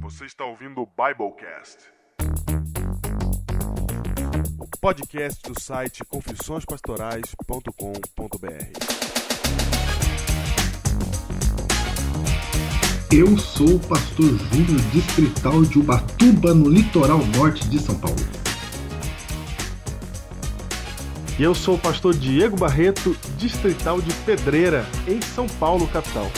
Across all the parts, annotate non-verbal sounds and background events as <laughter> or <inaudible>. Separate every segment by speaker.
Speaker 1: Você está ouvindo o Biblecast. O podcast do site confissõespastorais.com.br.
Speaker 2: Eu sou o pastor Júlio, distrital de Ubatuba, no litoral norte de São Paulo.
Speaker 3: E eu sou o pastor Diego Barreto, distrital de Pedreira, em São Paulo, capital.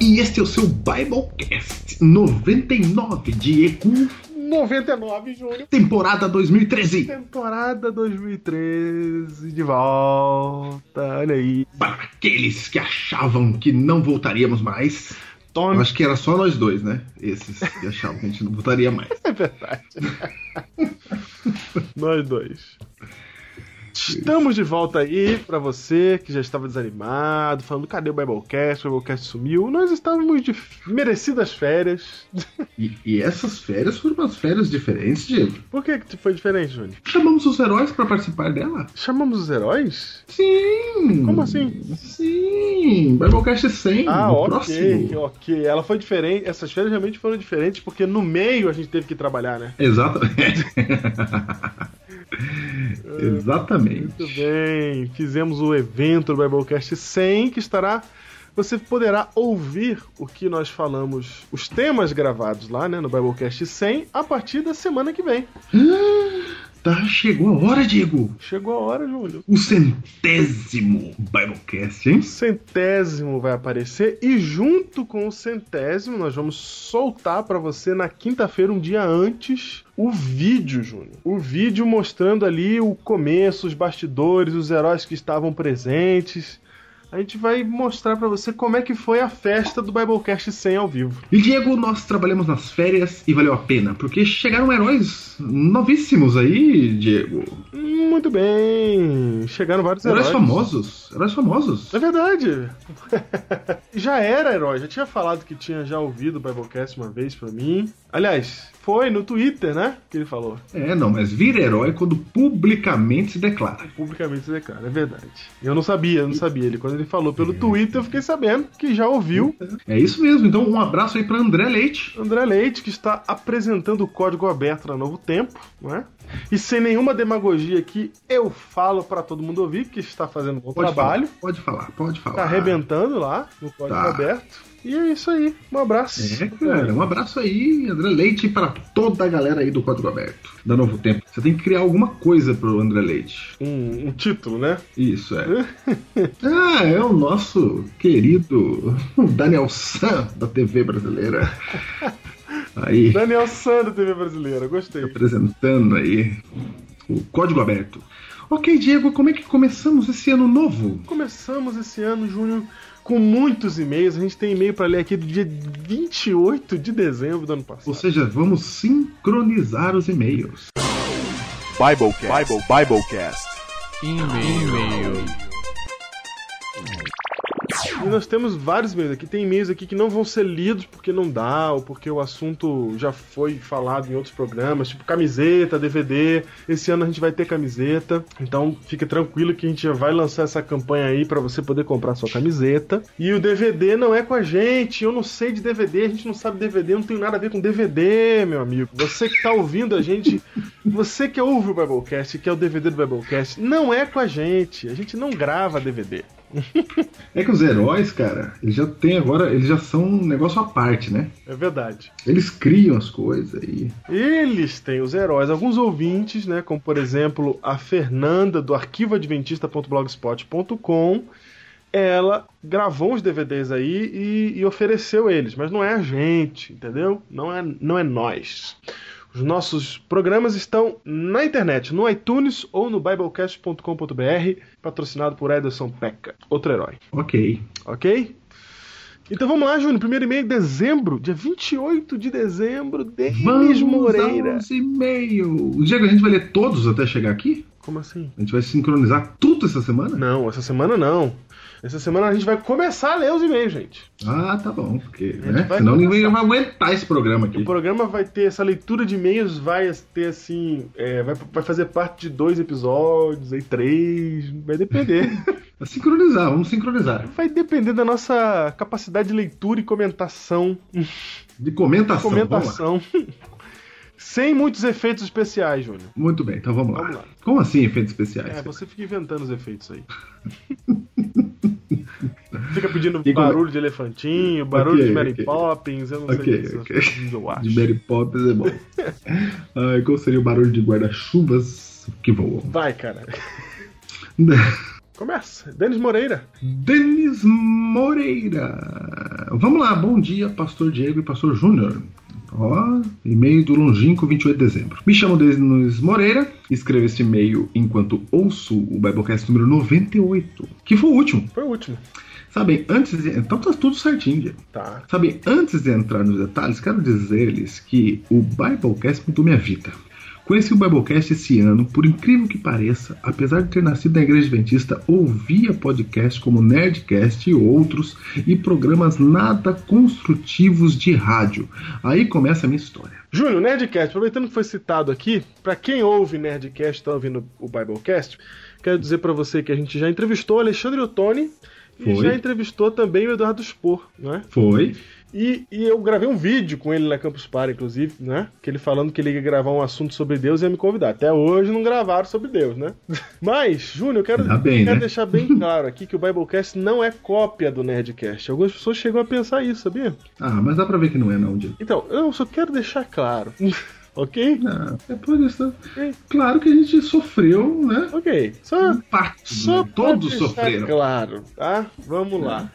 Speaker 2: E este é o seu Biblecast 99 de EQ,
Speaker 3: 99, Júlio.
Speaker 2: temporada 2013.
Speaker 3: Temporada 2013 de volta. Olha aí.
Speaker 2: Para aqueles que achavam que não voltaríamos mais, eu
Speaker 3: Tome.
Speaker 2: acho que era só nós dois, né? Esses que achavam que a gente não voltaria mais.
Speaker 3: É
Speaker 2: <laughs>
Speaker 3: verdade. Nós dois. Estamos de volta aí pra você que já estava desanimado, falando cadê o Biblecast? O Biblecast sumiu. Nós estávamos de merecidas férias.
Speaker 2: E, e essas férias foram umas férias diferentes, Diego.
Speaker 3: Por que que foi diferente, Júnior?
Speaker 2: Chamamos os heróis para participar dela?
Speaker 3: Chamamos os heróis?
Speaker 2: Sim!
Speaker 3: Como assim?
Speaker 2: Sim! Biblecast 100,
Speaker 3: Ah,
Speaker 2: Hum. no
Speaker 3: ok,
Speaker 2: próximo.
Speaker 3: ok. Ela foi diferente. Essas férias realmente foram diferentes porque no meio a gente teve que trabalhar, né? <laughs>
Speaker 2: Exatamente. Exatamente.
Speaker 3: Muito bem. Fizemos o evento do Biblecast 100 que estará. Você poderá ouvir o que nós falamos, os temas gravados lá, né, no Biblecast 100, a partir da semana que vem.
Speaker 2: Tá, chegou a hora, Diego.
Speaker 3: Chegou a hora, Júlio.
Speaker 2: O centésimo Biblecast, hein?
Speaker 3: Centésimo vai aparecer e junto com o centésimo nós vamos soltar para você na quinta-feira um dia antes o vídeo, Júnior. O vídeo mostrando ali o começo, os bastidores, os heróis que estavam presentes. A gente vai mostrar para você como é que foi a festa do Biblecast 100 ao vivo.
Speaker 2: E Diego, nós trabalhamos nas férias e valeu a pena, porque chegaram heróis novíssimos aí, Diego.
Speaker 3: Muito bem, chegaram vários
Speaker 2: Heróis,
Speaker 3: heróis.
Speaker 2: famosos. Heróis famosos.
Speaker 3: É verdade. <laughs> já era herói, já tinha falado que tinha já ouvido o Biblecast uma vez pra mim. Aliás, foi no Twitter, né? Que ele falou.
Speaker 2: É, não, mas vira herói quando publicamente se declara.
Speaker 3: Publicamente se declara, é verdade. Eu não sabia, eu não sabia. Ele, quando ele falou pelo Twitter, eu fiquei sabendo que já ouviu
Speaker 2: É isso mesmo, então um abraço aí pra André Leite.
Speaker 3: André Leite, que está apresentando o código aberto na Novo Tempo, não é? E sem nenhuma demagogia aqui, eu falo pra todo mundo ouvir que está fazendo um bom trabalho.
Speaker 2: falar, pode falar, pode falar.
Speaker 3: Tá arrebentando lá no código
Speaker 2: Tá.
Speaker 3: aberto. E é isso aí. Um abraço.
Speaker 2: É, cara, um abraço aí, André Leite, para toda a galera aí do Código Aberto, da Novo Tempo. Você tem que criar alguma coisa pro André Leite.
Speaker 3: um, um título, né?
Speaker 2: Isso, é. ah, é o nosso querido Daniel San da TV brasileira.
Speaker 3: <laughs>
Speaker 2: Aí,
Speaker 3: Daniel Sandro, TV brasileira, gostei.
Speaker 2: apresentando aí o Código Aberto. Ok, Diego, como é que começamos esse ano novo?
Speaker 3: Começamos esse ano, Júnior, com muitos e-mails. A gente tem e-mail pra ler aqui do dia 28 de dezembro do ano
Speaker 2: Ou
Speaker 3: passado.
Speaker 2: seja, vamos sincronizar os e-mails.
Speaker 1: Biblecast. Bible, Biblecast.
Speaker 3: E nós temos vários e-mails aqui. Tem e-mails aqui que não vão ser lidos porque não dá, ou porque o assunto já foi falado em outros programas, tipo camiseta, DVD. Esse ano a gente vai ter camiseta, então fica tranquilo que a gente já vai lançar essa campanha aí pra você poder comprar sua camiseta. E o DVD não é com a gente, eu não sei de DVD, a gente não sabe DVD, eu não tenho nada a ver com DVD, meu amigo. Você que tá ouvindo a gente, você que ouve o Biblecast, que é o DVD do Biblecast, não é com a gente, a gente não grava DVD.
Speaker 2: É que os heróis, cara, eles já têm agora, eles já são um negócio à parte, né?
Speaker 3: É verdade.
Speaker 2: Eles criam as coisas aí.
Speaker 3: Eles têm os heróis. Alguns ouvintes, né? Como por exemplo a Fernanda do arquivoadventista.blogspot.com. Ela gravou os DVDs aí e, e ofereceu eles, mas não é a gente, entendeu? Não é, não é nós. Os nossos programas estão na internet, no iTunes ou no biblecast.com.br, patrocinado por Ederson Peca, outro herói,
Speaker 2: Ok.
Speaker 3: ok? Então vamos lá, Júnior. Primeiro e-mail de dezembro, dia 28 de dezembro, Denis
Speaker 2: Vamos
Speaker 3: Moreira.
Speaker 2: aos e-mails. Diego, a gente vai ler todos até chegar aqui?
Speaker 3: Como assim?
Speaker 2: A gente vai sincronizar tudo essa semana?
Speaker 3: Não, essa semana não. Essa semana a gente vai começar a ler os e-mails, gente.
Speaker 2: Ah, tá bom, porque,
Speaker 3: gente
Speaker 2: né?
Speaker 3: vai
Speaker 2: Senão ninguém vai aguentar esse programa
Speaker 3: O
Speaker 2: aqui.
Speaker 3: programa vai ter essa leitura de e-mails, vai ter assim. é, vai, vai fazer parte de dois episódios, aí três. Vai
Speaker 2: <laughs>
Speaker 3: depender.
Speaker 2: Vai Sincronizar, vamos sincronizar.
Speaker 3: vai depender da nossa capacidade de leitura e comentação.
Speaker 2: De comentação. Vamos lá.
Speaker 3: Comentação. <laughs> Sem muitos efeitos especiais, Júnior.
Speaker 2: Muito bem, então vamos lá.
Speaker 3: Vamos lá.
Speaker 2: Como assim efeitos especiais?
Speaker 3: É, você fica inventando os efeitos
Speaker 2: <laughs>
Speaker 3: aí. fica pedindo
Speaker 2: E como-
Speaker 3: barulho de elefantinho, barulho
Speaker 2: Ok,
Speaker 3: de Mary
Speaker 2: ok.
Speaker 3: Poppins, eu não
Speaker 2: Ok,
Speaker 3: sei disso.
Speaker 2: ok.
Speaker 3: Eu acho.
Speaker 2: De Mary Poppins
Speaker 3: <laughs>
Speaker 2: é bom. Ai, qual seria o barulho de guarda-chuvas que voam? <laughs>
Speaker 3: Vai, cara. Começa. Denis Moreira.
Speaker 2: Denis Moreira. Vamos lá, bom dia, pastor Diego e pastor Júnior. Ó, e-mail do longínquo 28 de dezembro. Me chamo Denis Moreira, escrevo esse e-mail enquanto ouço o Biblecast número 98, que foi o último.
Speaker 3: Foi o último.
Speaker 2: Sabem, antes de... Então tá tudo certinho, Diego.
Speaker 3: Tá.
Speaker 2: Sabe, antes de entrar nos detalhes, quero dizer-lhes que o Biblecast mudou minha vida. Conheci o Biblecast esse ano, por incrível que pareça, apesar de ter nascido na Igreja Adventista, ouvia podcasts como Nerdcast e outros e programas nada construtivos de rádio. Aí começa a minha história.
Speaker 3: Júnior, Nerdcast, aproveitando que foi citado aqui, pra quem ouve Nerdcast e tá ouvindo o Biblecast, quero dizer pra você que a gente já entrevistou o Alexandre Ottoni e
Speaker 2: Foi.
Speaker 3: já entrevistou também o Eduardo Spor, né?
Speaker 2: Foi?
Speaker 3: E, e eu gravei um vídeo com ele na Campus Party, inclusive, né? Que ele falando que ele ia gravar um assunto sobre Deus e ia me convidar. Até hoje não gravaram sobre Deus, né? <laughs> Mas, Júnior, eu quero,
Speaker 2: Ainda bem,
Speaker 3: quero
Speaker 2: né?
Speaker 3: deixar bem claro aqui que o Biblecast não é cópia do Nerdcast. Algumas pessoas chegam a pensar isso, sabia?
Speaker 2: Ah, mas dá pra ver que não é não, Diego.
Speaker 3: Então, eu só quero deixar claro, <laughs> ok?
Speaker 2: Ah, depois disso, claro que a gente sofreu, né?
Speaker 3: Ok, só,
Speaker 2: Impacto,
Speaker 3: só
Speaker 2: né?
Speaker 3: pra
Speaker 2: todos
Speaker 3: deixar
Speaker 2: sofreram.
Speaker 3: claro, tá? Vamos lá. <laughs>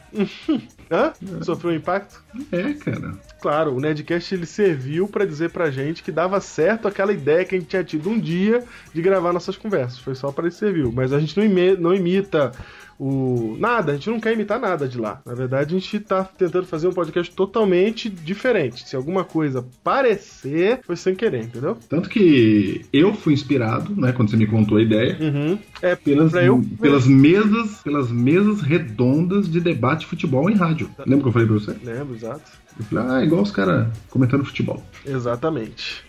Speaker 3: Hã? Sofreu um impacto?
Speaker 2: É, cara.
Speaker 3: Claro, o Nerdcast ele serviu pra dizer pra gente que dava certo aquela ideia que a gente tinha tido um dia de gravar nossas conversas. Foi só pra isso que serviu. Mas a gente não, ime- não imita o. Nada, a gente não quer imitar nada de lá. Na verdade, a gente tá tentando fazer um podcast totalmente diferente. Se alguma coisa parecer, foi sem querer, entendeu?
Speaker 2: Tanto que eu fui inspirado, né, quando você me contou a ideia,
Speaker 3: Uhum. É,
Speaker 2: pelas,
Speaker 3: pra eu.
Speaker 2: pelas mesas, pelas mesas redondas de debate de futebol em rádio. Lembra que eu falei pra você?
Speaker 3: Lembro, exato.
Speaker 2: Eu falei, ah, igual os caras comentando futebol.
Speaker 3: Exatamente.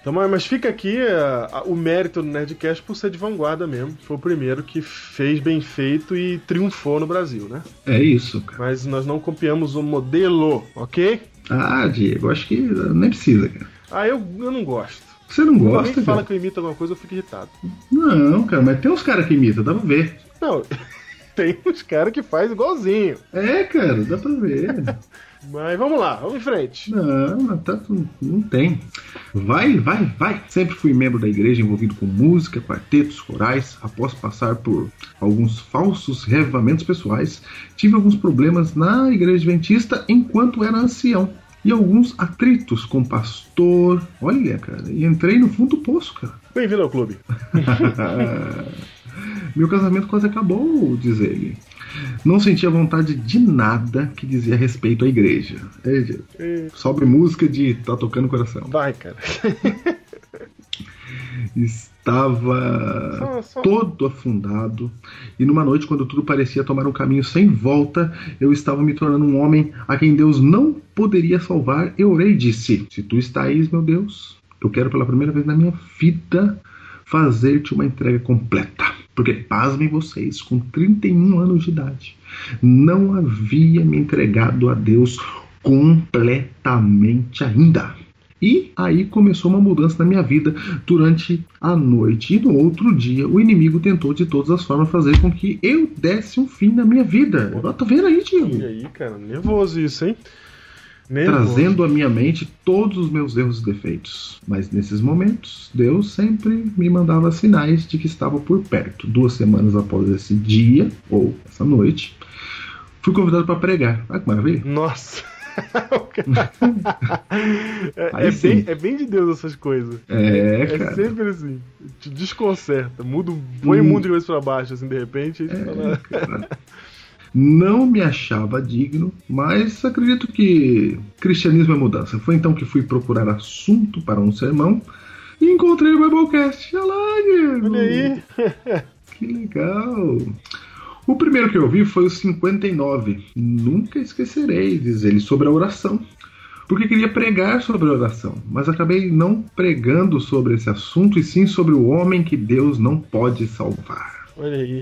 Speaker 3: Então, mas mas fica aqui eh, a- o mérito do Nerdcast por ser de vanguarda mesmo. Foi o primeiro que fez bem feito e triunfou no Brasil, né?
Speaker 2: É isso, cara.
Speaker 3: Mas nós não copiamos o modelo, ok?
Speaker 2: Ah, Diego, acho que nem precisa, cara.
Speaker 3: Ah, eu, eu não gosto.
Speaker 2: Você não
Speaker 3: Quando
Speaker 2: gosta,
Speaker 3: alguém
Speaker 2: cara?
Speaker 3: fala que eu imito alguma coisa, eu fico irritado.
Speaker 2: Não, cara, mas tem uns caras que imitam, dá pra ver.
Speaker 3: Não, <laughs> tem uns caras que faz igualzinho.
Speaker 2: É, cara, dá pra ver.
Speaker 3: Mas vamos lá, vamos em frente.
Speaker 2: Não, mas tanto não tem. Vai, vai, vai. Sempre fui membro da igreja envolvido com música, quartetos, corais. Após passar por alguns falsos reavivamentos pessoais, tive alguns problemas na igreja adventista enquanto era ancião. E alguns atritos com pastor. Olha, cara, e entrei no fundo do poço, cara.
Speaker 3: Bem-vindo ao clube.
Speaker 2: Meu casamento quase acabou, diz ele. Não sentia vontade de nada que dizia respeito à igreja. É, gente,
Speaker 3: É.
Speaker 2: Sobre música de tá tocando coração.
Speaker 3: Vai, cara.
Speaker 2: Estava
Speaker 3: Só- só-
Speaker 2: todo afundado e numa noite quando tudo parecia tomar um caminho sem volta, eu estava me tornando um homem a quem Deus não poderia salvar. Eu orei e disse: Se tu estás, meu Deus, eu quero pela primeira vez na minha vida fazer-te uma entrega completa. Porque, pasmem vocês, com 31 anos de idade, não havia me entregado a Deus completamente ainda. E aí começou uma mudança na minha vida durante a noite. E no outro dia, o inimigo tentou de todas as formas fazer com que eu desse um fim na minha vida. Ó, Tá vendo aí,
Speaker 3: E
Speaker 2: Diego?
Speaker 3: aí, cara, nervoso isso, hein? Nervoso.
Speaker 2: Trazendo à minha mente todos os meus erros e defeitos. Mas nesses momentos, Deus sempre me mandava sinais de que estava por perto. Duas semanas após esse dia, ou essa noite, fui convidado para pregar. Olha que maravilha. <laughs>
Speaker 3: Nossa. O cara- é,
Speaker 2: Aí
Speaker 3: é
Speaker 2: sim.
Speaker 3: bem, é bem de Deus essas coisas.
Speaker 2: É,
Speaker 3: É,
Speaker 2: cara.
Speaker 3: sempre assim. Te desconcerta. Muda, um, põe o
Speaker 2: Hum. É.
Speaker 3: mundo de cabeça pra baixo, assim, de repente. Aí tu fala,
Speaker 2: Não me achava digno, mas acredito que cristianismo é mudança. Foi então que fui procurar assunto para um sermão e encontrei o Biblecast. Olha lá, Diego!
Speaker 3: Olha aí.
Speaker 2: Que legal! O primeiro que eu vi foi o 59. Nunca esquecerei, diz ele, sobre a oração. Porque queria pregar sobre a oração, mas acabei não pregando sobre esse assunto e sim sobre o homem que Deus não pode salvar.
Speaker 3: Olha aí.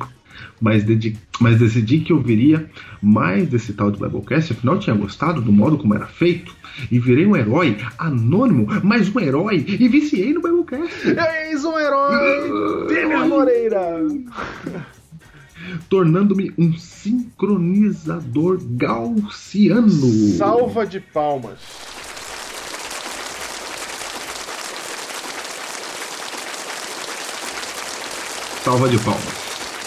Speaker 2: Mas, dedi- mas decidi que eu viria mais desse tal de Biblecast, afinal tinha gostado do modo como era feito. E virei um herói anônimo, mas um herói, e viciei no Biblecast.
Speaker 3: Eis um herói! Temer Moreira!
Speaker 2: tornando-me um sincronizador gaussiano.
Speaker 3: Salva de palmas.
Speaker 2: Salva de palmas.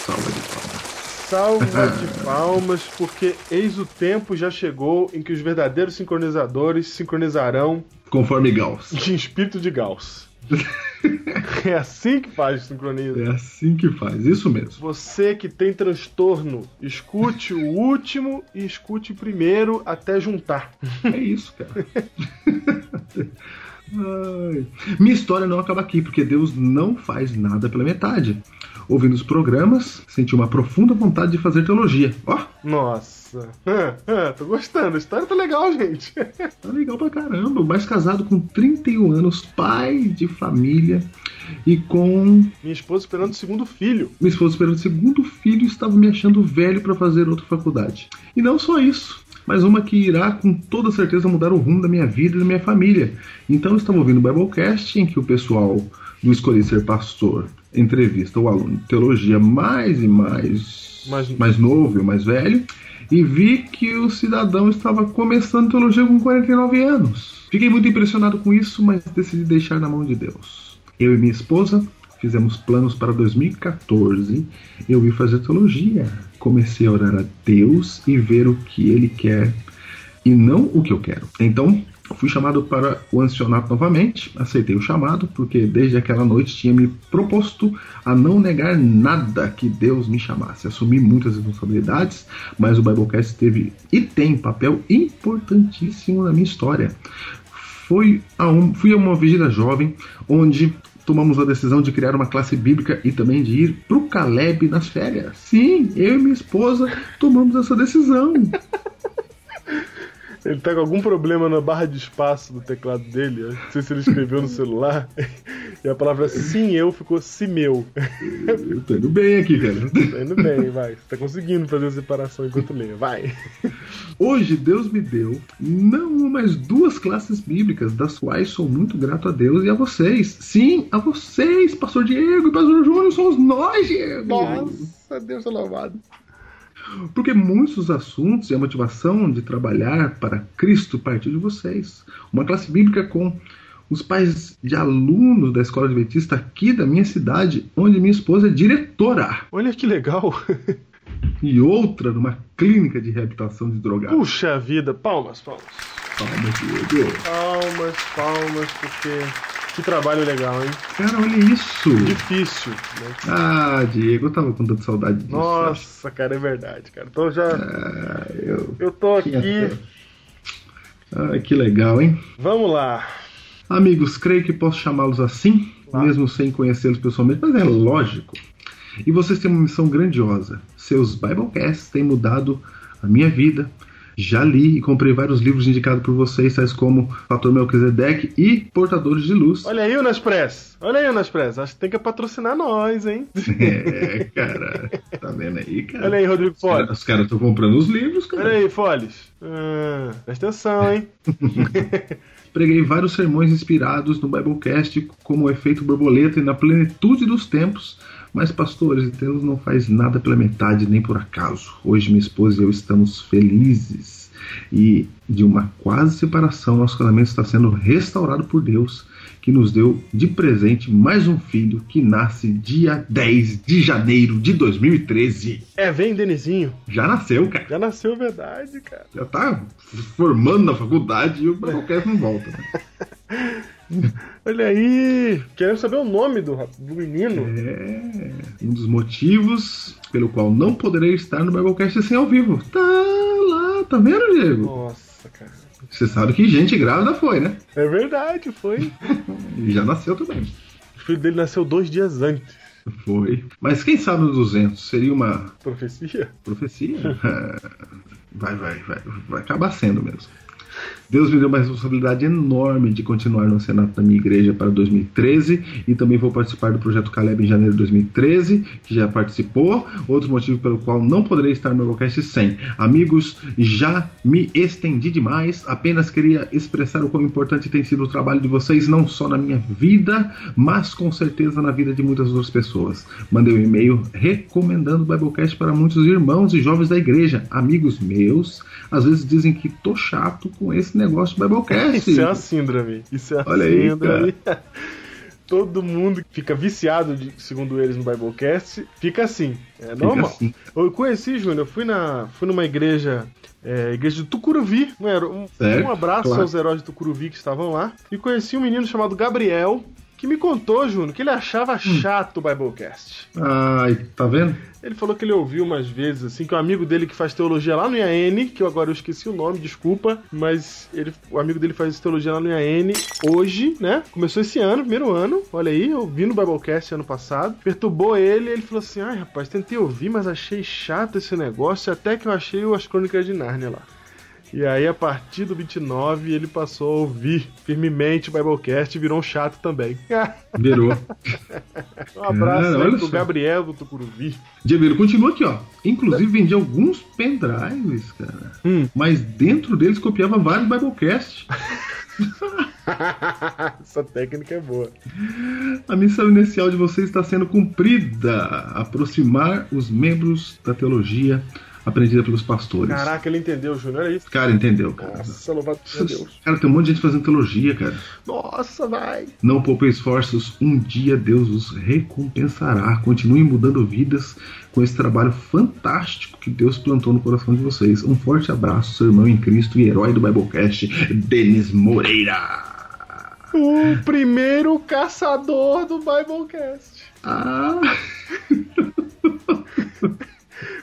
Speaker 2: Salva de palmas.
Speaker 3: Salva
Speaker 2: <laughs>
Speaker 3: de palmas, porque eis o tempo já chegou em que os verdadeiros sincronizadores sincronizarão
Speaker 2: Conforme Gauss.
Speaker 3: de espírito de
Speaker 2: <laughs>
Speaker 3: Gauss. é assim que faz sincronia.
Speaker 2: É assim que faz, isso mesmo.
Speaker 3: Você que tem transtorno, escute o último e escute primeiro até juntar.
Speaker 2: É isso, cara. <laughs> Ai. Minha história não acaba aqui, porque Deus não faz nada pela metade. Ouvindo os programas, senti uma profunda vontade de fazer teologia. Ó, tá
Speaker 3: Nossa. <laughs> Ah, ah, Tô gostando. A história tá legal, gente.
Speaker 2: Tá legal pra caramba, mas casado com 31 anos, pai de família e com
Speaker 3: Minha esposa esperando o segundo filho.
Speaker 2: Minha esposa esperando o segundo filho e estava me achando velho para fazer outra faculdade. E não só isso, mas uma que irá com toda certeza mudar o rumo da minha vida e da minha família. Então estamos ouvindo o Biblecast, em que o pessoal do Escolhi Ser Pastor entrevista o aluno de teologia mais e mais,
Speaker 3: Mais-
Speaker 2: mais novo e o mais velho. E vi que o cidadão estava começando teologia com 49 anos. Fiquei muito impressionado com isso, mas decidi deixar na mão de Deus. Eu e minha esposa fizemos planos para 2014. Eu ir fazer teologia. Comecei a orar a Deus e ver o que Ele quer e não o que eu quero. Então, fui chamado para o ancionato novamente. Aceitei o chamado porque desde aquela noite tinha me proposto a não negar nada que Deus me chamasse. Assumi muitas responsabilidades, mas o Biblecast teve e tem papel importantíssimo na minha história. Foi a um- fui a uma vigília jovem onde tomamos a decisão de criar uma classe bíblica e também de ir pro Caleb nas férias. Sim, eu e minha esposa tomamos essa decisão.
Speaker 3: Ele tá com algum problema na barra de espaço do teclado dele. eu Não sei se ele escreveu no celular. <laughs> E a palavra sim eu ficou se meu.
Speaker 2: Eu tô indo bem aqui, cara.
Speaker 3: Tá indo bem, vai. Você tá conseguindo fazer a separação enquanto lê. Vai.
Speaker 2: Hoje Deus me deu não uma, mas duas classes bíblicas, das quais sou muito grato a Deus e a vocês. Sim, a vocês, pastor Diego e pastor Júnior, somos nós, Diego.
Speaker 3: Deus é louvado.
Speaker 2: Porque muitos dos assuntos e a motivação de trabalhar para Cristo partiu de vocês. Uma classe bíblica com os pais de alunos da escola adventista aqui da minha cidade, onde minha esposa é diretora,
Speaker 3: Olha que <laughs> legal.
Speaker 2: e outra numa clínica de reabilitação de drogados.
Speaker 3: Puxa vida. Palmas, palmas.
Speaker 2: Palmas, Diego.
Speaker 3: Palmas, palmas, porque. Que trabalho legal, hein?
Speaker 2: Cara, olha isso.
Speaker 3: Difícil, né?
Speaker 2: Ah, Diego, eu tava com tanta saudade disso.
Speaker 3: Nossa, cara, é verdade, cara. Então já.
Speaker 2: eu-
Speaker 3: Eu tô aqui.
Speaker 2: Ah, que legal, hein?
Speaker 3: Vamos lá.
Speaker 2: Amigos, creio que posso chamá-los assim,
Speaker 3: Claro.
Speaker 2: mesmo sem conhecê-los pessoalmente, mas é lógico. E vocês têm uma missão grandiosa. Seus Biblecasts têm mudado a minha vida. Já li e comprei vários livros indicados por vocês, tais como Fator Melquisedeque e Portadores de Luz.
Speaker 3: Olha aí o Nespress. Olha aí o Nespress. Acho que tem que patrocinar nós, hein?
Speaker 2: <laughs> É, cara, tá vendo aí, cara?
Speaker 3: Olha aí, Rodrigo
Speaker 2: Os
Speaker 3: Foles.
Speaker 2: caras- Os caras estão comprando os livros, cara.
Speaker 3: Olha aí, Foles. Ah, presta atenção, hein?
Speaker 2: Preguei vários sermões inspirados no Biblecast, como o efeito borboleta e na plenitude dos tempos. Mas, pastores, Deus não faz nada pela metade nem por acaso. Hoje, minha esposa e eu estamos felizes. E de uma quase separação, nosso casamento está sendo restaurado por Deus, que nos deu de presente mais um filho que nasce dia 10 de janeiro de 2013.
Speaker 3: É, vem, Denizinho.
Speaker 2: Já nasceu, cara.
Speaker 3: Já nasceu verdade, cara.
Speaker 2: Já tá formando na faculdade e o Biblecast não volta. né?
Speaker 3: Olha aí. Queremos saber o nome do, rap- do menino.
Speaker 2: É um dos motivos pelo qual não poderei estar no Biblecast sem ao vivo. Tá lá, tá vendo, Diego?
Speaker 3: Nossa, cara.
Speaker 2: Você sabe que gente grávida foi, né?
Speaker 3: É verdade, foi.
Speaker 2: E já nasceu também.
Speaker 3: O filho dele nasceu dois dias antes.
Speaker 2: Foi. Mas quem sabe nos 200 seria uma
Speaker 3: Profecia?
Speaker 2: né? <laughs> profecia? vai, vai, vai. Vai acabar sendo mesmo. Deus me deu uma responsabilidade enorme de continuar no Senado da minha igreja para 2013 e também vou participar do projeto Caleb em janeiro de 2013, que já participou. Outro motivo pelo qual não poderei estar no Eurocast 100. Amigos, já me estendi demais, apenas queria expressar o quão importante tem sido o trabalho de vocês, não só na minha vida, mas com certeza na vida de muitas outras pessoas. Mandei um e-mail recomendando o Biblecast para muitos irmãos e jovens da igreja, amigos meus. Às vezes dizem que tô chato com esse negócio
Speaker 3: <laughs>
Speaker 2: do Biblecast.
Speaker 3: Isso é uma síndrome. Isso é uma Olha síndrome. Aí, <laughs> Todo mundo que fica viciado, de, segundo eles, no Biblecast, fica assim. É normal. Assim. Eu conheci, Júnior, eu fui, na, fui numa igreja é, igreja de Tucuruvi, não era? Um, certo, um abraço claro. aos heróis de Tucuruvi que estavam lá. E conheci um menino chamado Gabriel, que me contou, Júnior, que ele achava hum. chato o Biblecast.
Speaker 2: Ai, tá vendo?
Speaker 3: Ele falou que ele ouviu umas vezes, assim, que um amigo dele que faz teologia lá no IAN, que eu agora eu esqueci o nome, desculpa, mas ele, o amigo dele faz teologia lá no IAN hoje, né? Começou esse ano, primeiro ano, olha aí, eu vi no Biblecast ano passado, perturbou ele, ele falou assim: ai rapaz, tentei ouvir, mas achei chato esse negócio, até que eu achei as Crônicas de Nárnia lá. E aí, a partir do 29, ele passou a ouvir firmemente o Biblecast e virou um chato também. <laughs>
Speaker 2: Virou.
Speaker 3: um abraço Cara, aí pro só. Gabriel do Tucuruvi. <laughs>
Speaker 2: Diabelo, continua aqui, ó. Inclusive, vendi alguns pendrives, cara. Hum. Mas dentro deles copiava vários Biblecast.
Speaker 3: Essa técnica é boa.
Speaker 2: A missão inicial de vocês está sendo cumprida: aproximar os membros da teologia aprendida pelos pastores.
Speaker 3: Caraca, ele entendeu, Júnior, é isso?
Speaker 2: Cara, entendeu, cara.
Speaker 3: Nossa, louvado seja Deus.
Speaker 2: Cara, tem um monte de gente fazendo teologia, cara.
Speaker 3: Nossa, vai.
Speaker 2: Não poupem esforços, um dia Deus os recompensará. Continuem mudando vidas com esse trabalho fantástico que Deus plantou no coração de vocês. Um forte abraço, seu irmão em Cristo e herói do Biblecast, Denis Moreira.
Speaker 3: O primeiro caçador do Biblecast.
Speaker 2: Ah...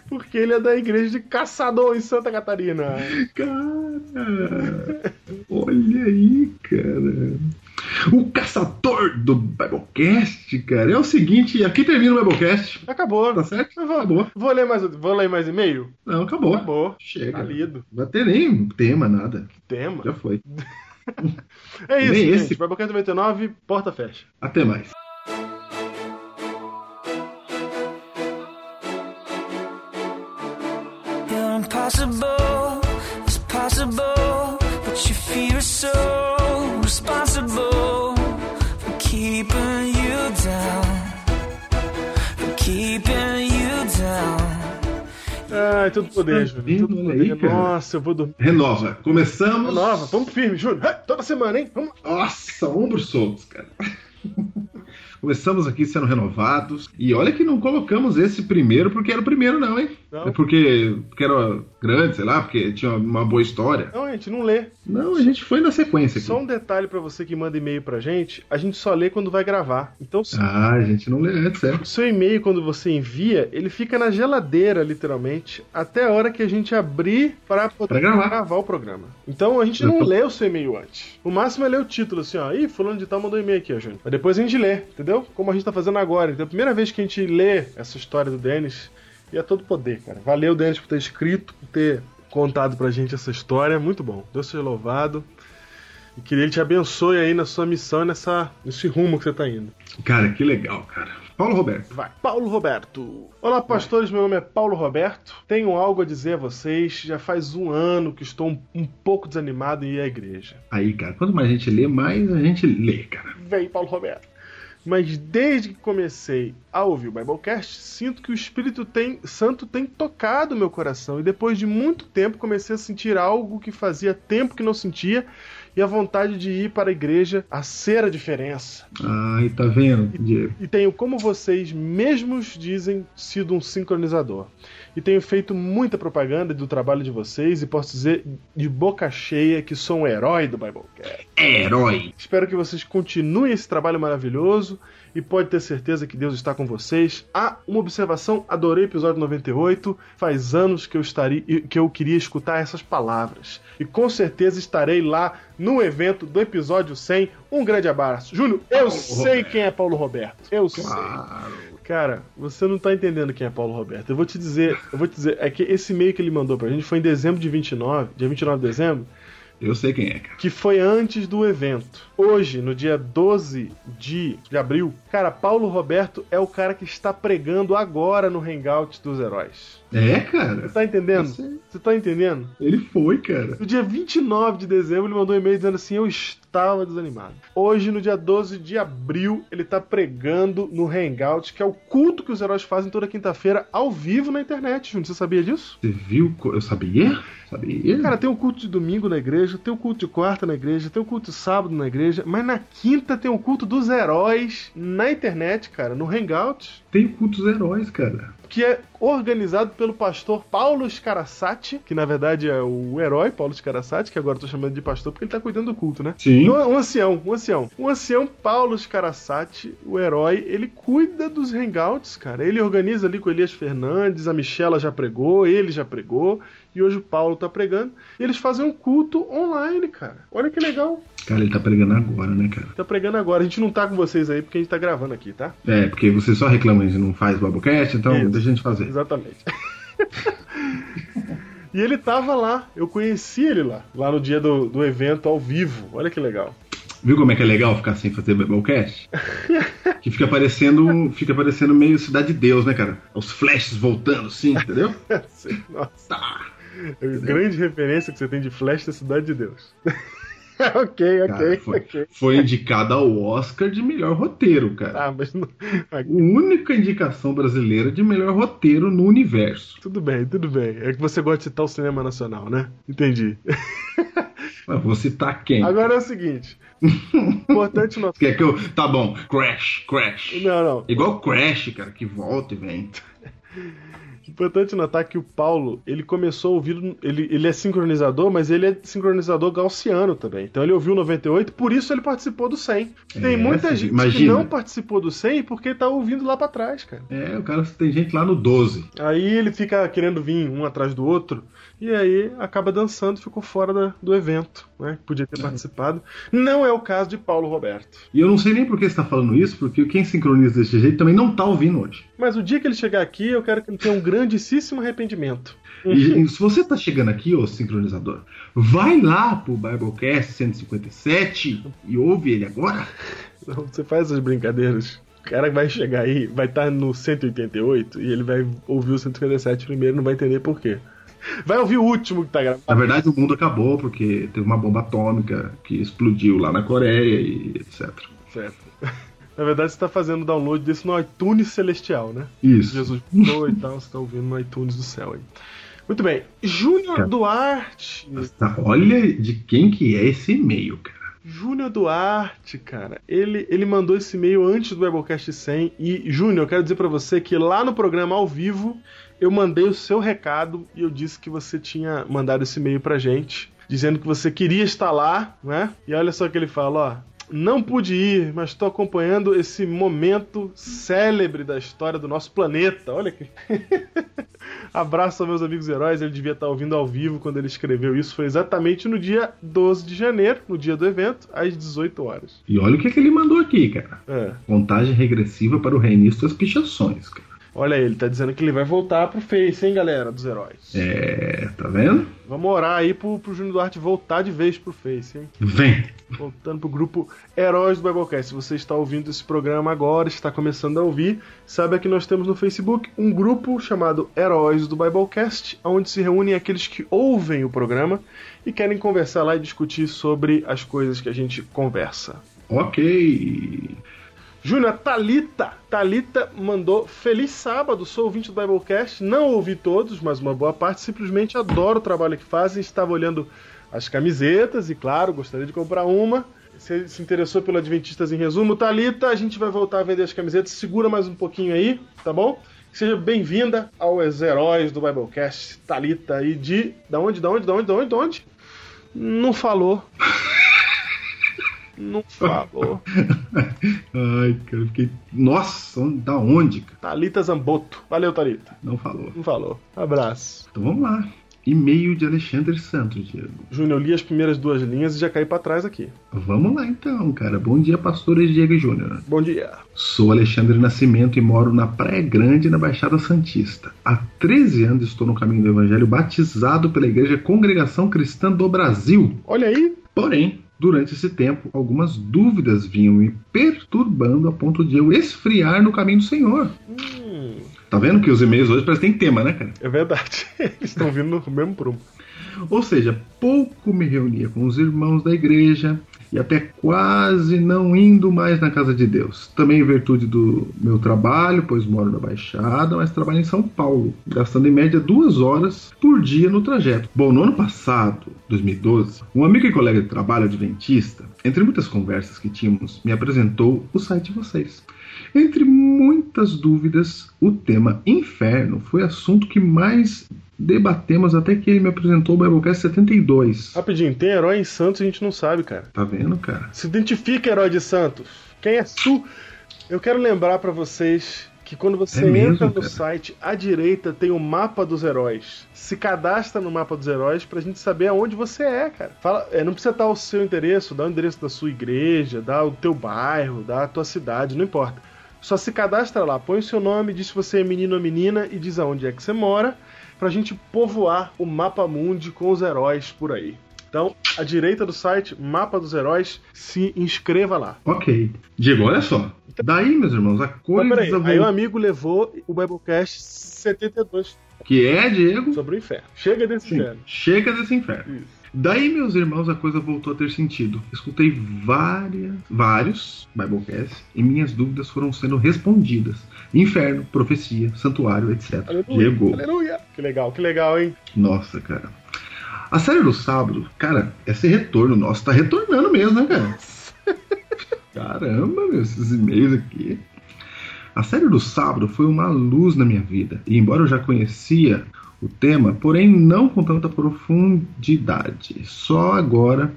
Speaker 3: porque ele é da igreja de caçador em Santa Catarina.
Speaker 2: Cara, olha aí, cara. O caçador do Biblecast, cara, é o seguinte, aqui termina o Biblecast.
Speaker 3: Acabou.
Speaker 2: Tá certo?
Speaker 3: Vou,
Speaker 2: acabou.
Speaker 3: Vou ler mais, vou ler mais e-mail?
Speaker 2: Não, acabou.
Speaker 3: Acabou.
Speaker 2: Chega. Tá
Speaker 3: lido.
Speaker 2: Não vai ter nem tema, nada.
Speaker 3: Tema?
Speaker 2: Já foi.
Speaker 3: é isso, nem gente. Esse. Biblecast 99, porta fecha.
Speaker 2: Até mais. impossible is possible, but you feel so responsible for keeping you down, for keeping you down.
Speaker 3: Ai, tudo poder, Júnior. Tudo poder.
Speaker 2: Aí,
Speaker 3: Nossa, eu vou dormir.
Speaker 2: Renova. Começamos.
Speaker 3: Renova. Vamos firme, Júnior. Toda semana, hein? Vamos.
Speaker 2: Nossa, ombros soltos, cara. <laughs> Começamos aqui sendo renovados. E olha que não colocamos esse primeiro porque era o primeiro, não, hein? Não. É porque, porque era grande, sei lá, porque tinha uma boa história.
Speaker 3: Não, a gente não lê.
Speaker 2: Não, a gente foi na sequência aqui.
Speaker 3: Só um detalhe para você que manda e-mail pra gente: a gente só lê quando vai gravar. Então, se...
Speaker 2: Ah, a gente não lê antes, é.
Speaker 3: Seu e-mail, quando você envia, ele fica na geladeira, literalmente, até a hora que a gente abrir pra poder
Speaker 2: pra gravar.
Speaker 3: gravar. o programa. Então a gente não tô... lê o seu e-mail antes. O máximo é ler o título, assim, ó. Ih, fulano de tal mandou e-mail aqui, ó, Júnior. Mas depois a gente lê, entendeu? Como a gente tá fazendo agora. Então, é a primeira vez que a gente lê essa história do Denis. E é todo poder, cara. Valeu, Denis, por ter escrito, por ter contado pra gente essa história. É Muito bom. Deus seja louvado. E que ele te abençoe aí na sua missão, nessa, nesse rumo que você tá indo.
Speaker 2: Cara, que legal, cara. Paulo Roberto.
Speaker 3: Vai. Paulo Roberto. Olá, pastores. Vai. Meu nome é Paulo Roberto. Tenho algo a dizer a vocês. Já faz um ano que estou um, um pouco desanimado em ir à igreja.
Speaker 2: Aí, cara, quanto mais a gente lê, mais a gente lê, cara.
Speaker 3: Vem, Paulo Roberto mas desde que comecei a ouvir o Biblecast, sinto que o Espírito tem, Santo tem tocado meu coração. E depois de muito tempo, comecei a sentir algo que fazia tempo que não sentia. E a vontade de ir para a igreja a ser a diferença.
Speaker 2: Ai, tá vendo, Diego?
Speaker 3: E, e tenho, como vocês mesmos dizem, sido um sincronizador. E tenho feito muita propaganda do trabalho de vocês e posso dizer de boca cheia que sou um herói do Biblecast.
Speaker 2: É Herói!
Speaker 3: Espero que vocês continuem esse trabalho maravilhoso e pode ter certeza que Deus está com vocês. Ah, uma observação, adorei o episódio 98. Faz anos que eu estaria que eu queria escutar essas palavras. E com certeza estarei lá no evento do episódio 100. Um grande abraço. Júnior, eu Paulo sei Roberto. quem é Paulo Roberto. Eu claro. sei. Cara, você não tá entendendo quem é Paulo Roberto. Eu vou te dizer, eu vou te dizer, é que esse e-mail que ele mandou pra gente foi em dezembro de 29, dia 29 de dezembro,
Speaker 2: Eu sei quem é, cara.
Speaker 3: que foi antes do evento. Hoje, no dia 12 de, de abril, cara, Paulo Roberto é o cara que está pregando agora no Hangout dos Heróis.
Speaker 2: É, cara.
Speaker 3: Você tá entendendo?
Speaker 2: Você-
Speaker 3: Você tá entendendo?
Speaker 2: Ele foi, cara.
Speaker 3: No dia 29 de dezembro, ele mandou um e-mail dizendo assim: Eu estava desanimado. Hoje, no dia 12 de abril, ele tá pregando no Hangout, que é o culto que os heróis fazem toda quinta-feira ao vivo na internet, Júnior. Você sabia disso?
Speaker 2: Você viu? co- Eu sabia? Sabia?
Speaker 3: Cara, tem o culto de domingo na igreja, tem o culto de quarta na igreja, tem o culto de sábado na igreja, mas na quinta tem o culto dos heróis na internet, cara, no Hangout,
Speaker 2: tem cultos heróis, cara.
Speaker 3: que é organizado pelo pastor Paulo Scarasati, que na verdade é o herói Paulo Scarasati, que agora eu tô chamando de pastor porque ele tá cuidando do culto, né?
Speaker 2: Sim.
Speaker 3: Um, um ancião, um ancião. Um ancião, Paulo Scarasati, o herói, ele cuida dos hangouts, cara. Ele organiza ali com o Elias Fernandes, a Michela já pregou, ele já pregou, e hoje o Paulo tá pregando. E eles fazem um culto online, cara. Olha que legal.
Speaker 2: Cara, ele tá pregando agora, né, cara?
Speaker 3: Tá pregando agora. A gente não tá com vocês aí porque a gente tá gravando aqui, tá?
Speaker 2: É, porque você só reclama e não faz babocast, então
Speaker 3: Isso.
Speaker 2: deixa a gente fazer.
Speaker 3: Exatamente. <laughs> E ele tava lá, eu conheci ele lá, lá no dia do, do evento ao vivo. Olha que legal. <laughs>
Speaker 2: Viu como é que é legal ficar sem fazer babocast? que fica parecendo, fica parecendo meio Cidade de Deus, né, cara? Os flashes voltando, sim, entendeu?
Speaker 3: Nossa.
Speaker 2: Tá.
Speaker 3: Grande referência que você tem de Flash da Cidade de Deus. <laughs> ok, ok,
Speaker 2: Cara, foi,
Speaker 3: ok.
Speaker 2: foi indicada ao Oscar de melhor roteiro, cara.
Speaker 3: Ah, mas não- ah,
Speaker 2: Única indicação brasileira de melhor roteiro no universo.
Speaker 3: tudo bem, tudo bem. É que você gosta de citar o cinema nacional, né? Entendi. <laughs>
Speaker 2: Mas vou citar quem?
Speaker 3: Agora é o seguinte. Importante notar.
Speaker 2: Quer que eu. Tá bom, Crash, Crash.
Speaker 3: Não, não.
Speaker 2: Igual Crash, cara, que volta e vem.
Speaker 3: Importante notar que o Paulo, ele começou a ouvir. Ele, ele é sincronizador, mas ele é sincronizador gaussiano também. Então ele ouviu o 98, por isso ele participou do 100. Tem
Speaker 2: É,
Speaker 3: muita
Speaker 2: você-
Speaker 3: gente que
Speaker 2: imagina.
Speaker 3: não participou do 100 porque tá ouvindo lá pra trás, cara.
Speaker 2: É, o cara tem gente lá no 12.
Speaker 3: Aí ele fica querendo vir um atrás do outro, e aí acaba dançando, ficou fora da- do evento, né? Podia ter participado. Não é o caso de Paulo Roberto.
Speaker 2: E eu não sei nem por que você tá falando isso, porque quem sincroniza desse jeito também não tá ouvindo hoje.
Speaker 3: Mas o dia que ele chegar aqui, eu quero que ele tenha um grandíssimo arrependimento.
Speaker 2: E, e se você tá chegando aqui, ô sincronizador, vai lá pro Biblecast 157 e ouve ele agora.
Speaker 3: Não, Então, Você faz essas brincadeiras. O cara vai chegar aí, vai estar no 188 e ele vai ouvir o 157 primeiro, não vai entender por quê. Vai ouvir o último que tá gravado.
Speaker 2: Na verdade, o mundo acabou porque teve uma bomba atômica que explodiu lá na Coreia e etc.
Speaker 3: Certo. <laughs> Na verdade, você tá fazendo download desse no iTunes Celestial, né?
Speaker 2: Isso.
Speaker 3: Jesus mudou e tal, você tá ouvindo no iTunes do céu aí. Muito bem. Júnior
Speaker 2: Tá.
Speaker 3: Duarte.
Speaker 2: Tá, Olha de quem que é esse e-mail, cara.
Speaker 3: Júnior Duarte, cara. Ele, ele mandou esse e-mail antes do Webcast 100. E, Júnior, eu quero dizer pra você que lá no programa ao vivo, eu mandei o seu recado e eu disse que você tinha mandado esse e-mail pra gente, dizendo que você queria estar lá, né? E olha só o que ele fala, ó. Não pude ir, mas estou acompanhando esse momento célebre da história do nosso planeta. Olha que. <laughs> Abraço aos meus amigos heróis. Ele devia estar ouvindo ao vivo quando ele escreveu isso. Foi exatamente no dia 12 de janeiro, no dia do evento, às 18 horas.
Speaker 2: E olha o que, que ele mandou aqui, cara.
Speaker 3: É.
Speaker 2: Contagem regressiva para o reinício das pichações, cara.
Speaker 3: Olha aí, ele tá dizendo que ele vai voltar pro Face, hein, galera, dos heróis.
Speaker 2: É, tá vendo?
Speaker 3: Vamos orar aí pro, pro Júnior Duarte voltar de vez pro Face, hein?
Speaker 2: Vem.
Speaker 3: Voltando pro grupo Heróis do Biblecast. Se você está ouvindo esse programa agora, está começando a ouvir, saiba que nós temos no Facebook um grupo chamado Heróis do Biblecast, onde se reúnem aqueles que ouvem o programa e querem conversar lá e discutir sobre as coisas que a gente conversa.
Speaker 2: Ok. <laughs>
Speaker 3: Júnior, Thalita. Thalita mandou Feliz sábado, sou ouvinte do Biblecast. Não ouvi todos, mas uma boa parte. Simplesmente adoro o trabalho que fazem. Estava olhando as camisetas e, claro, gostaria de comprar uma. Você se interessou pelo Adventistas em resumo. Thalita, a gente vai voltar a vender as camisetas. Segura mais um pouquinho aí, tá bom? Seja bem-vinda aos heróis do Biblecast, Thalita. E de. Da onde, da onde, da onde, da onde, da onde? Não falou. <laughs> Não falou.
Speaker 2: Ai, cara, eu fiquei. Nossa, onde- da onde, cara?
Speaker 3: Thalita Zamboto. Valeu, Thalita.
Speaker 2: Não falou.
Speaker 3: Não falou. Abraço.
Speaker 2: Então vamos lá. E-mail de Alexandre Santos, Diego.
Speaker 3: Júnior, eu li as primeiras duas linhas e já caí pra trás aqui.
Speaker 2: Vamos lá então, cara. Bom dia, pastores Diego Júnior.
Speaker 3: Bom dia.
Speaker 2: Sou Alexandre Nascimento e moro na Praia Grande, na Baixada Santista. Há 13 anos estou no caminho do Evangelho, batizado pela Igreja Congregação Cristã do Brasil.
Speaker 3: Olha aí.
Speaker 2: Porém, durante esse tempo, algumas dúvidas vinham me perturbando a ponto de eu esfriar no caminho do Senhor.
Speaker 3: Hum,
Speaker 2: Tá vendo que os e-mails hoje parecem que tem tema, né, cara?
Speaker 3: é verdade. <laughs> Eles estão vindo no mesmo prumo.
Speaker 2: Ou seja, pouco me reunia com os irmãos da igreja e até quase não indo mais na casa de Deus. Também em virtude do meu trabalho, pois moro na Baixada, mas trabalho em São Paulo, gastando em média duas horas por dia no trajeto. Bom, no ano passado, 2012, um amigo e colega de trabalho adventista, entre muitas conversas que tínhamos, me apresentou o site de vocês. Entre muitas dúvidas, o tema inferno foi assunto que mais debatemos até que ele me apresentou o Biblecast 72.
Speaker 3: Rapidinho, tem herói em Santos e a gente não sabe, cara.
Speaker 2: Tá vendo, cara?
Speaker 3: Se identifica, herói de Santos. Quem é tu? Eu quero lembrar pra vocês que quando você
Speaker 2: É mesmo,
Speaker 3: entra no
Speaker 2: cara?
Speaker 3: site, à direita tem o mapa dos heróis. Se cadastra no mapa dos heróis pra gente saber aonde você é, cara. Fala, é, não precisa dar o seu endereço, dá o endereço da sua igreja, dá o teu bairro, dá a tua cidade, não importa. Só se cadastra lá, põe o seu nome, diz se você é menino ou menina e diz aonde é que você mora, pra gente povoar o mapa mundi com os heróis por aí. Então, à direita do site, mapa dos heróis, se inscreva lá.
Speaker 2: Ok. Diego, olha só. Daí, meus irmãos, a
Speaker 3: Mas
Speaker 2: coisa
Speaker 3: peraí, aí
Speaker 2: vo-
Speaker 3: o amigo levou o Biblecast 72
Speaker 2: que é, Diego,
Speaker 3: sobre o inferno. Chega desse
Speaker 2: Sim,
Speaker 3: inferno.
Speaker 2: chega desse inferno.
Speaker 3: Isso.
Speaker 2: Daí, meus irmãos, a coisa voltou a ter sentido. Escutei várias, vários Biblecasts e minhas dúvidas foram sendo respondidas. Inferno, profecia, santuário, etc.
Speaker 3: Aleluia.
Speaker 2: Diego.
Speaker 3: Aleluia. Que legal, que legal, hein?
Speaker 2: Nossa, cara. A série do sábado, cara, esse retorno nosso tá retornando mesmo, né, cara? Caramba, meu, esses e-mails aqui. A série do sábado foi uma luz na minha vida. E embora eu já conhecia o tema, porém não com tanta profundidade. Só agora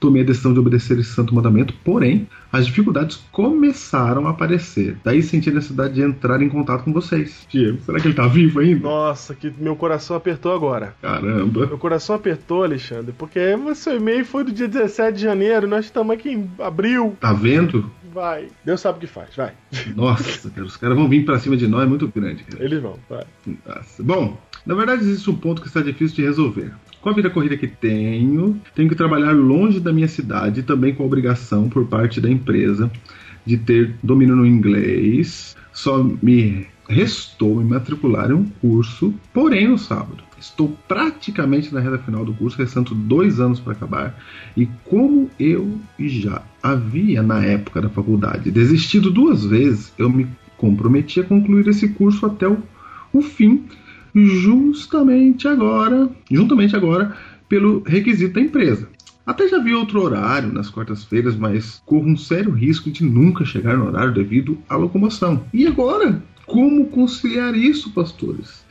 Speaker 2: tomei a decisão de obedecer esse santo mandamento, porém as dificuldades começaram a aparecer. Daí senti a necessidade de entrar em contato com vocês. Diego, será que ele tá vivo ainda?
Speaker 3: Nossa, que meu coração apertou agora.
Speaker 2: Caramba.
Speaker 3: Meu coração apertou, Alexandre, porque seu e-mail foi do dia 17 de janeiro, nós estamos aqui em abril.
Speaker 2: Tá vendo?
Speaker 3: Vai. Deus sabe o que faz, vai.
Speaker 2: Nossa, cara, os caras vão vir pra cima de nós, é muito grande, cara.
Speaker 3: Eles vão, vai.
Speaker 2: Nossa. Bom, na verdade existe um ponto que está difícil de resolver. Com a vida corrida que tenho, tenho que trabalhar longe da minha cidade e também com a obrigação por parte da empresa de ter domínio no inglês. Só me restou me matricular em um curso, porém no sábado. Estou praticamente na reta final do curso, restando dois anos para acabar. E como eu já havia na época da faculdade desistido duas vezes, eu me comprometi a concluir esse curso até o o fim justamente agora, juntamente agora, pelo requisito da empresa. Até já vi outro horário nas quartas-feiras, mas corro um sério risco de nunca chegar no horário devido à locomoção. E agora? Como conciliar isso, pastores?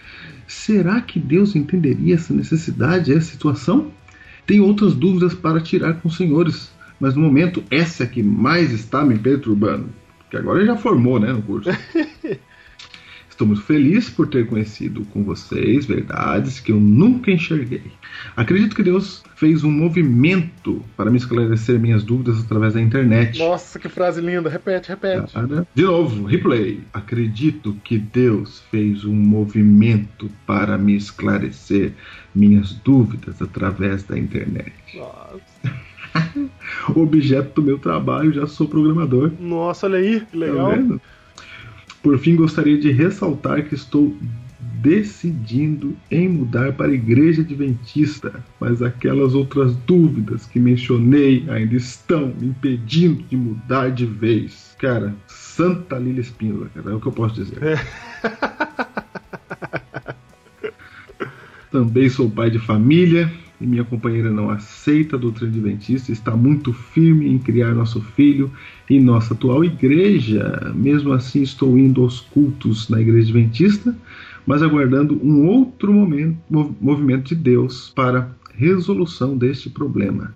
Speaker 2: Será que Deus entenderia essa necessidade, essa situação? Tenho outras dúvidas para tirar com os senhores, mas no momento essa é a que mais está me perturbando. Que agora ele já formou, né, no curso. Estou muito feliz por ter conhecido com vocês verdades que eu nunca enxerguei. Acredito que Deus fez um movimento para me esclarecer minhas dúvidas através da internet.
Speaker 3: Nossa, que frase linda. Repete, repete.
Speaker 2: Cara, Ah, né? De novo, replay. Acredito que Deus fez um movimento para me esclarecer minhas dúvidas através da internet.
Speaker 3: Nossa.
Speaker 2: Objeto do meu trabalho, já sou programador.
Speaker 3: Nossa, olha aí, que legal.
Speaker 2: Tá vendo? Por fim, gostaria de ressaltar que estou decidindo em mudar para a igreja adventista, mas aquelas outras dúvidas que mencionei ainda estão me impedindo de mudar de vez. Cara, Santa Lília Espíndola, cara, é o que eu posso dizer. Também sou pai de família e minha companheira não aceita a doutrina adventista, está muito firme em criar nosso filho em nossa atual igreja. Mesmo assim, estou indo aos cultos na igreja adventista, mas aguardando um outro momento, mov- movimento de Deus para resolução deste problema.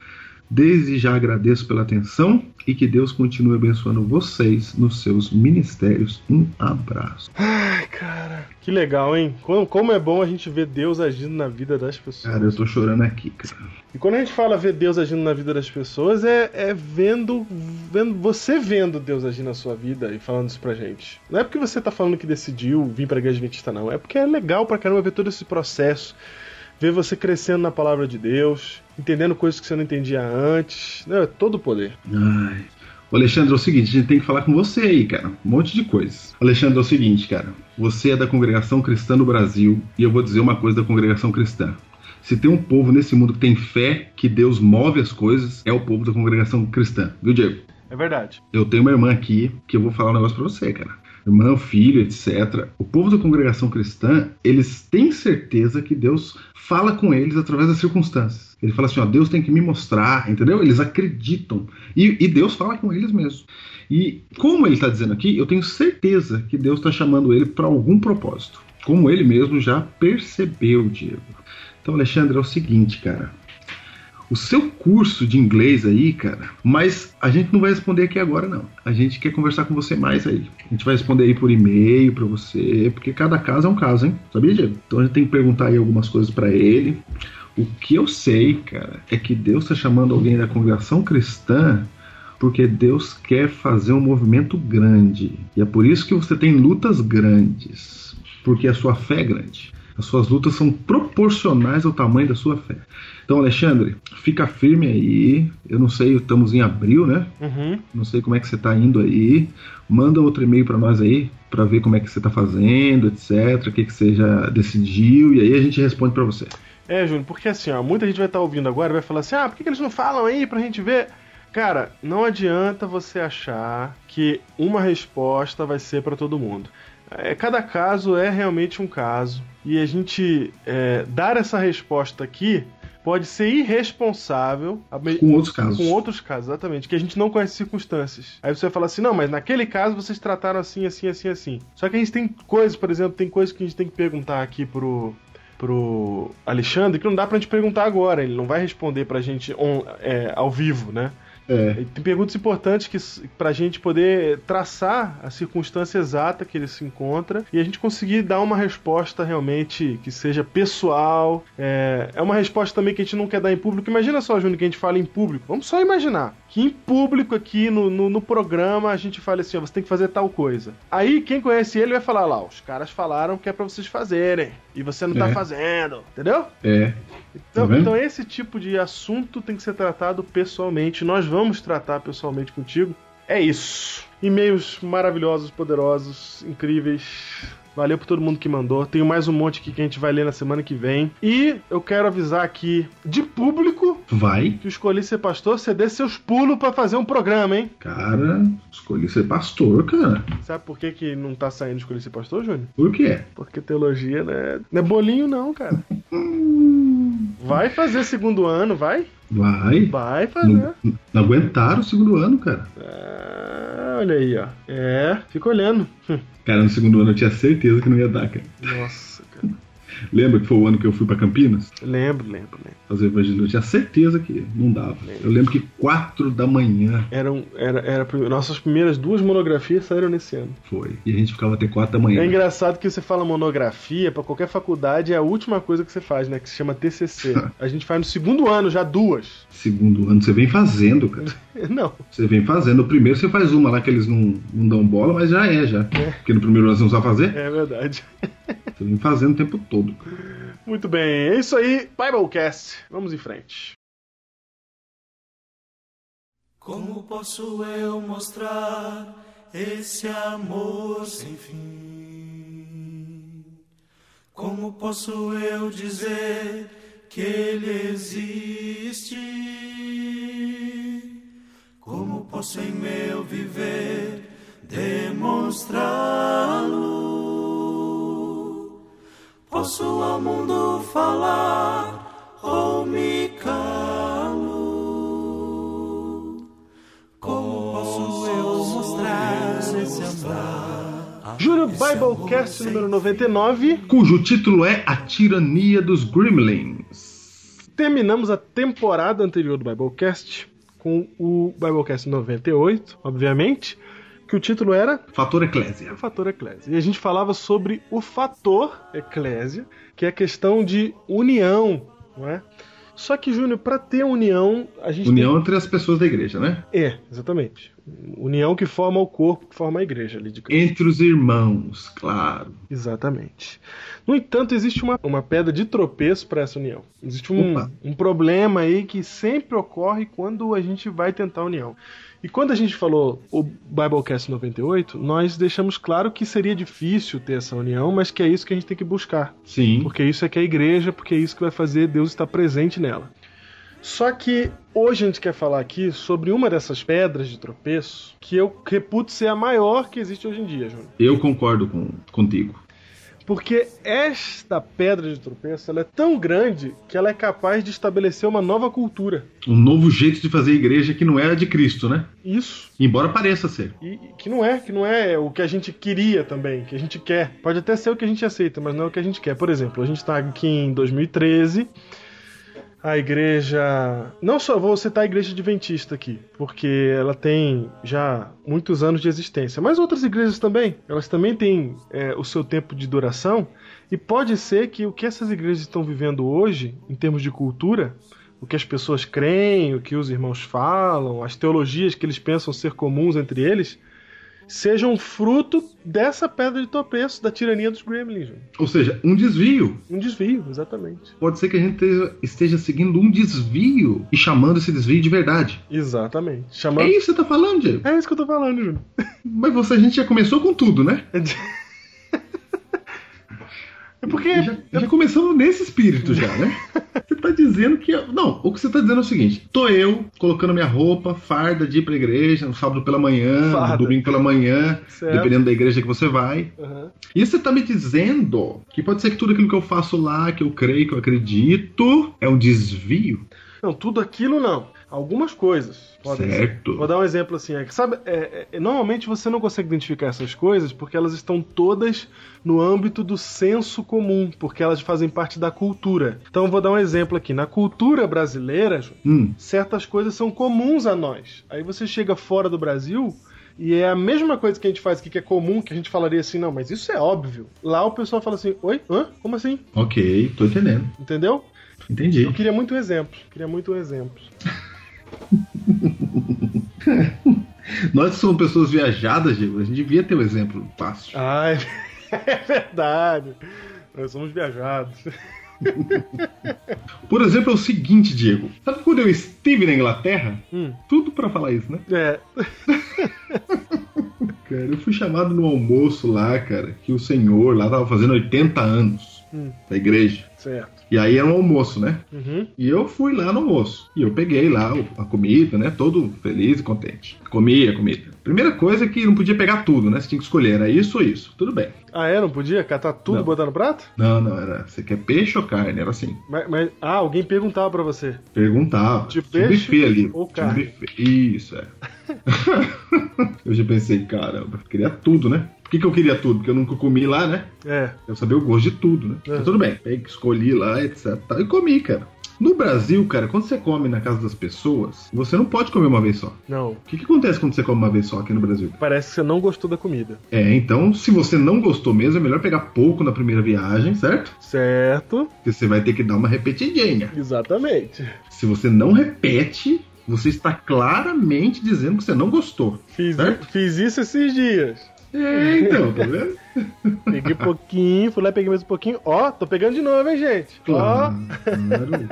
Speaker 2: Desde já agradeço pela atenção e que Deus continue abençoando vocês nos seus ministérios. Um abraço.
Speaker 3: Ai, cara, que legal, hein? Como, como é bom a gente ver Deus agindo na vida das pessoas.
Speaker 2: Cara, eu tô chorando aqui, cara.
Speaker 3: E quando a gente fala ver Deus agindo na vida das pessoas, é, é vendo, vendo você vendo Deus agir na sua vida e falando isso pra gente. Não é porque você tá falando que decidiu vir pra Igreja Adventista, não. É porque é legal pra caramba ver todo esse processo. Ver você crescendo na palavra de Deus, entendendo coisas que você não entendia antes. Não, é todo o poder.
Speaker 2: Ai. Ô, Alexandre, é o seguinte, a gente tem que falar com você aí, cara. Um monte de coisa. Alexandre, é o seguinte, cara. Você é da congregação cristã do Brasil e eu vou dizer uma coisa da congregação cristã. Se tem um povo nesse mundo que tem fé que Deus move as coisas, é o povo da congregação cristã. Viu, Diego?
Speaker 3: É verdade.
Speaker 2: Eu tenho uma irmã aqui que eu vou falar um negócio pra você, cara. Irmã, filho, etc. O povo da congregação cristã, eles têm certeza que Deus fala com eles através das circunstâncias. Ele fala assim, ó, Deus tem que me mostrar, entendeu? Eles acreditam. E, e Deus fala com eles mesmo. E como ele está dizendo aqui, eu tenho certeza que Deus está chamando ele para algum propósito. Como ele mesmo já percebeu, Diego. Então, Alexandre, é o seguinte, cara o seu curso de inglês aí, cara. Mas a gente não vai responder aqui agora, não. A gente quer conversar com você mais aí. A gente vai responder aí por e-mail para você, porque cada caso é um caso, hein? Sabia, Diego? Então a gente tem que perguntar aí algumas coisas para ele. O que eu sei, cara, é que Deus tá chamando alguém da congregação cristã porque Deus quer fazer um movimento grande. E é por isso que você tem lutas grandes, porque a sua fé é grande. As suas lutas são proporcionais ao tamanho da sua fé. Então, Alexandre, fica firme aí. Eu não sei, estamos em abril, né?
Speaker 3: Uhum.
Speaker 2: Não sei como é que você está indo aí. Manda outro e-mail para nós aí, para ver como é que você está fazendo, etc. O que, que você já decidiu. E aí a gente responde para você.
Speaker 3: É, Júnior, porque assim, ó, muita gente vai estar ouvindo agora e vai falar assim: ah, por que, que eles não falam aí pra gente ver? Cara, não adianta você achar que uma resposta vai ser para todo mundo. É, cada caso é realmente um caso. E a gente é, dar essa resposta aqui pode ser irresponsável
Speaker 2: com outros casos.
Speaker 3: Com outros casos, exatamente, que a gente não conhece circunstâncias. Aí você vai falar assim: "Não, mas naquele caso vocês trataram assim, assim, assim, assim". Só que a gente tem coisas, por exemplo, tem coisas que a gente tem que perguntar aqui pro pro Alexandre que não dá pra gente perguntar agora, ele não vai responder pra gente on, é, ao vivo, né?
Speaker 2: É.
Speaker 3: Tem perguntas importantes que para a gente poder traçar a circunstância exata que ele se encontra e a gente conseguir dar uma resposta realmente que seja pessoal. É, é uma resposta também que a gente não quer dar em público. Imagina só, Júnior, que a gente fala em público. Vamos só imaginar que em público aqui no, no, no programa a gente fala assim: ó, você tem que fazer tal coisa. Aí quem conhece ele vai falar lá: os caras falaram que é para vocês fazerem e você não é. tá fazendo, entendeu?
Speaker 2: É.
Speaker 3: Então,
Speaker 2: Tá vendo?
Speaker 3: então esse tipo de assunto tem que ser tratado pessoalmente. Nós vamos tratar pessoalmente contigo. É isso. E-mails maravilhosos, poderosos, incríveis. Valeu por todo mundo que mandou. Tenho mais um monte aqui que a gente vai ler na semana que vem. E eu quero avisar aqui de público
Speaker 2: Vai,
Speaker 3: que o Escolhi Ser Pastor, você dê seus pulos pra fazer um programa, hein?
Speaker 2: cara, escolhi ser pastor, cara.
Speaker 3: Sabe por que, que não tá saindo Escolhi Ser Pastor, Júnior?
Speaker 2: Por quê?
Speaker 3: Porque teologia não é, não é bolinho, não, cara. Vai fazer segundo ano, vai?
Speaker 2: Vai.
Speaker 3: Vai fazer.
Speaker 2: Não, não aguentaram o segundo ano, cara.
Speaker 3: Ah, olha aí, ó. É, fica olhando. Hum,
Speaker 2: Cara, no segundo ano eu tinha certeza que não ia dar, cara.
Speaker 3: Nossa, cara.
Speaker 2: Lembra que foi o ano que eu fui pra Campinas
Speaker 3: Lembro, lembro, lembro.
Speaker 2: fazer evangelismo? Eu tinha certeza que não dava. Eu lembro que quatro da manhã
Speaker 3: Eram, era, era, a primeira- nossas primeiras duas monografias saíram nesse ano.
Speaker 2: foi. E a gente ficava até quatro da
Speaker 3: É
Speaker 2: manhã.
Speaker 3: engraçado que você fala monografia, pra qualquer faculdade é a última coisa que você faz, né? Que se chama TCC. A gente faz no segundo ano já duas. <laughs>
Speaker 2: Segundo ano, você vem fazendo, cara.
Speaker 3: É. Não.
Speaker 2: Você vem fazendo. O primeiro você faz uma lá que eles não, não dão bola, mas já é, já. Porque no primeiro ano você não sabe fazer.
Speaker 3: É verdade.
Speaker 2: Você vem fazendo o tempo todo. cara.
Speaker 3: Muito bem, é isso aí. Biblecast. Vamos em frente.
Speaker 4: Como posso eu mostrar esse amor sem fim? Como posso eu dizer que ele existe? Como posso em meu viver demonstrá-lo? Posso ao mundo falar ou me calo? Como posso eu mostrar esse amor?
Speaker 3: Júlio Biblecast número 99.
Speaker 2: Cujo título é A Tirania dos Gremlins.
Speaker 3: terminamos a temporada anterior do Biblecast com o Biblecast 98, obviamente, que o título era
Speaker 2: Fator Eclésia.
Speaker 3: Fator Eclésia. E a gente falava sobre o fator Eclésia, que é a questão de união, não é? Só que, Júnior, para ter união, a gente tem-
Speaker 2: União entre as pessoas da igreja, né?
Speaker 3: É, exatamente. União que forma o corpo, que forma a igreja ali de Cristo.
Speaker 2: Entre os irmãos, claro.
Speaker 3: Exatamente. No entanto, existe uma, uma pedra de tropeço para essa união. Existe um,
Speaker 2: Opa.
Speaker 3: um problema aí que sempre ocorre quando a gente vai tentar a união. E quando a gente falou o Biblecast 98, nós deixamos claro que seria difícil ter essa união, mas que é isso que a gente tem que buscar.
Speaker 2: Sim.
Speaker 3: Porque isso é que é a igreja, porque é isso que vai fazer Deus estar presente nela. Só que hoje a gente quer falar aqui sobre uma dessas pedras de tropeço que eu reputo ser a maior que existe hoje em dia, Júnior.
Speaker 2: Eu concordo com, contigo.
Speaker 3: Porque esta pedra de tropeço ela é tão grande que ela é capaz de estabelecer uma nova cultura.
Speaker 2: Um novo jeito de fazer igreja que não era de Cristo, né?
Speaker 3: Isso.
Speaker 2: Embora pareça ser.
Speaker 3: E e que não é, que não é o que a gente queria também, que a gente quer. Pode até ser o que a gente aceita, mas não é o que a gente quer. Por exemplo, a gente está aqui em 2013. A igreja. Não só vou citar a igreja adventista aqui, porque ela tem já muitos anos de existência, mas outras igrejas também. Elas também têm é, o seu tempo de duração, e pode ser que o que essas igrejas estão vivendo hoje, em termos de cultura, o que as pessoas creem, o que os irmãos falam, as teologias que eles pensam ser comuns entre eles, sejam um fruto dessa pedra de tropeço, da tirania dos gremlins. gente.
Speaker 2: Ou seja, um desvio.
Speaker 3: Um desvio, exatamente.
Speaker 2: Pode ser que a gente esteja, esteja seguindo um desvio e chamando esse desvio de verdade.
Speaker 3: Exatamente.
Speaker 2: É
Speaker 3: Chamando.
Speaker 2: isso que você tá falando, Diego.
Speaker 3: É isso que eu tô falando, Júnior.
Speaker 2: Mas você, a gente já começou com tudo, né?
Speaker 3: É de- É porque.
Speaker 2: Já, já começamos nesse espírito já, né?
Speaker 3: <laughs>
Speaker 2: Você tá dizendo que... eu- Não, o que você tá dizendo é o seguinte. Tô eu colocando minha roupa, farda de ir pra igreja, no sábado pela manhã,
Speaker 3: Farda. É.
Speaker 2: no domingo pela manhã,
Speaker 3: Certo.
Speaker 2: dependendo da igreja que você vai.
Speaker 3: Aham.
Speaker 2: E você tá me dizendo que pode ser que tudo aquilo que eu faço lá, que eu creio, que eu acredito, é um desvio,
Speaker 3: Não, tudo aquilo não. Algumas coisas. podem ser.
Speaker 2: certo?
Speaker 3: Vou dar um exemplo assim. é que, sabe, é, é, normalmente você não consegue identificar essas coisas porque elas estão todas no âmbito do senso comum, porque elas fazem parte da cultura. Então vou dar um exemplo aqui. Na cultura brasileira, Ju,
Speaker 2: Hum,
Speaker 3: certas coisas são comuns a nós. Aí você chega fora do Brasil e é a mesma coisa que a gente faz aqui, que é comum, que a gente falaria assim, não, mas isso é óbvio. Lá o pessoal fala assim, oi? Hã? Como assim?
Speaker 2: ok, tô entendendo.
Speaker 3: Entendeu?
Speaker 2: Entendi.
Speaker 3: Eu queria muito um exemplo. Queria muito um exemplo.
Speaker 2: Nós que somos pessoas viajadas, Diego, a gente devia ter um exemplo fácil.
Speaker 3: Ah, <laughs> é verdade. Nós somos viajados.
Speaker 2: Por exemplo, é o seguinte, Diego. Sabe quando eu estive na Inglaterra?
Speaker 3: Hum.
Speaker 2: Tudo pra falar isso, né?
Speaker 3: É,
Speaker 2: Cara, eu fui chamado no almoço lá, cara, que o senhor lá tava fazendo 80 anos
Speaker 3: Hum.
Speaker 2: da igreja.
Speaker 3: certo.
Speaker 2: E aí era um almoço, né?
Speaker 3: Uhum.
Speaker 2: E eu fui lá no almoço. E eu peguei lá o- a comida, né? Todo feliz e contente. Comia a comida. Primeira coisa é que não podia pegar tudo, né? Você tinha que escolher, era isso ou isso. Tudo bem.
Speaker 3: Ah, é? Não podia catar tudo e
Speaker 2: Não.
Speaker 3: botar no prato?
Speaker 2: Não, não, era. Você quer peixe ou carne? Era assim.
Speaker 3: Mas, mas- ah, alguém perguntava pra você.
Speaker 2: Perguntava.
Speaker 3: De
Speaker 2: Tinha um
Speaker 3: peixe
Speaker 2: buffet ali.
Speaker 3: ou
Speaker 2: Tinha um
Speaker 3: carne?
Speaker 2: buffet. Isso, é. <laughs> eu já pensei, caramba, eu queria tudo, né? Por que, que eu queria tudo? Porque eu nunca comi lá, né?
Speaker 3: É.
Speaker 2: Quero saber o gosto de tudo, né?
Speaker 3: É.
Speaker 2: Mas tudo bem, peguei, escolhi lá, etc. tal, E comi, cara. No Brasil, cara, quando você come na casa das pessoas, você não pode comer uma vez só.
Speaker 3: Não.
Speaker 2: O que, que acontece quando você come uma vez só aqui no Brasil?
Speaker 3: Parece que você não gostou da comida.
Speaker 2: É, então, se você não gostou mesmo, é melhor pegar pouco na primeira viagem, certo?
Speaker 3: Certo.
Speaker 2: Porque você vai ter que dar uma repetidinha.
Speaker 3: Exatamente.
Speaker 2: Se você não repete, você está claramente dizendo que você não gostou.
Speaker 3: Fiz,
Speaker 2: Certo?
Speaker 3: fiz isso esses dias.
Speaker 2: É, então, tá vendo?
Speaker 3: Peguei pouquinho, fui lá e peguei mais um pouquinho. Ó, tô pegando de novo, hein, gente? <laughs> Ó,
Speaker 2: Claro,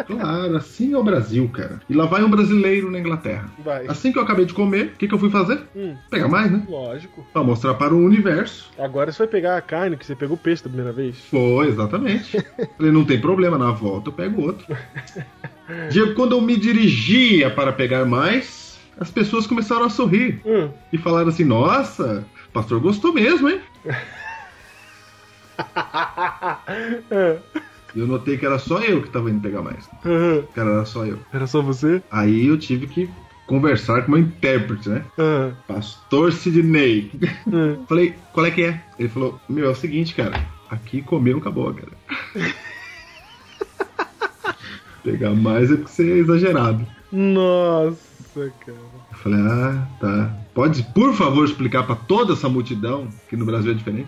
Speaker 2: claro, assim é o Brasil, cara. E lá vai um brasileiro na Inglaterra.
Speaker 3: vai.
Speaker 2: Assim que eu acabei de comer, o que, que eu fui fazer?
Speaker 3: Hum,
Speaker 2: Pegar mais, né?
Speaker 3: lógico.
Speaker 2: Pra mostrar para o universo.
Speaker 3: Agora você vai pegar a carne que você pegou o peixe da primeira vez.
Speaker 2: Foi, exatamente. Falei, não tem problema, na volta eu pego outro. Diego, quando eu me dirigia para pegar mais, as pessoas começaram a sorrir
Speaker 3: Hum. <laughs>
Speaker 2: e falaram assim: Nossa, o pastor gostou mesmo, hein?
Speaker 3: É.
Speaker 2: E eu notei que era só eu que estava indo pegar mais.
Speaker 3: Aham.
Speaker 2: Cara, era só eu.
Speaker 3: Era só você?
Speaker 2: Aí eu tive que conversar com meu intérprete, né?
Speaker 3: Aham. Hum.
Speaker 2: Pastor Sidney. <laughs>
Speaker 3: Aham.
Speaker 2: Falei, qual é que é? Ele falou: Meu, é o seguinte, cara. Aqui comer não acabou, cara. <laughs> Pegar mais é porque você é exagerado.
Speaker 3: Nossa, cara.
Speaker 2: Eu falei, ah, tá. Pode, por favor, explicar pra toda essa multidão que no Brasil é diferente?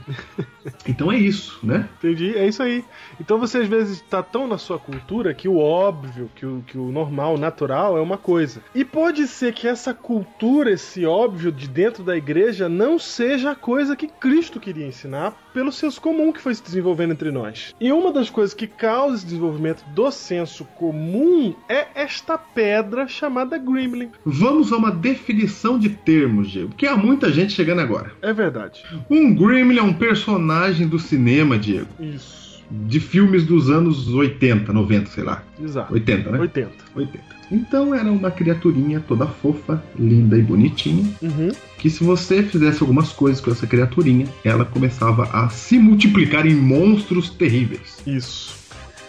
Speaker 2: então é isso, né?
Speaker 3: Entendi, é isso aí. Então você às vezes tá tão na sua cultura que o óbvio, que o, que o normal, o natural é uma coisa. E pode ser que essa cultura, esse óbvio de dentro da igreja não seja a coisa que Cristo queria ensinar pelo senso comum que foi se desenvolvendo entre nós. E uma das coisas que causa esse desenvolvimento do senso comum é esta pedra chamada Gremlin.
Speaker 2: Vamos a uma definição de termos, Diego, porque há muita gente chegando agora.
Speaker 3: É verdade.
Speaker 2: Um Gremlin é um personagem do cinema, Diego,
Speaker 3: Isso.
Speaker 2: de filmes dos anos 80, 90, sei lá.
Speaker 3: Exato.
Speaker 2: 80, né?
Speaker 3: 80.
Speaker 2: 80. Então era uma criaturinha toda fofa, linda e bonitinha,
Speaker 3: Uhum.
Speaker 2: que se você fizesse algumas coisas com essa criaturinha, ela começava a se multiplicar em monstros terríveis.
Speaker 3: Isso.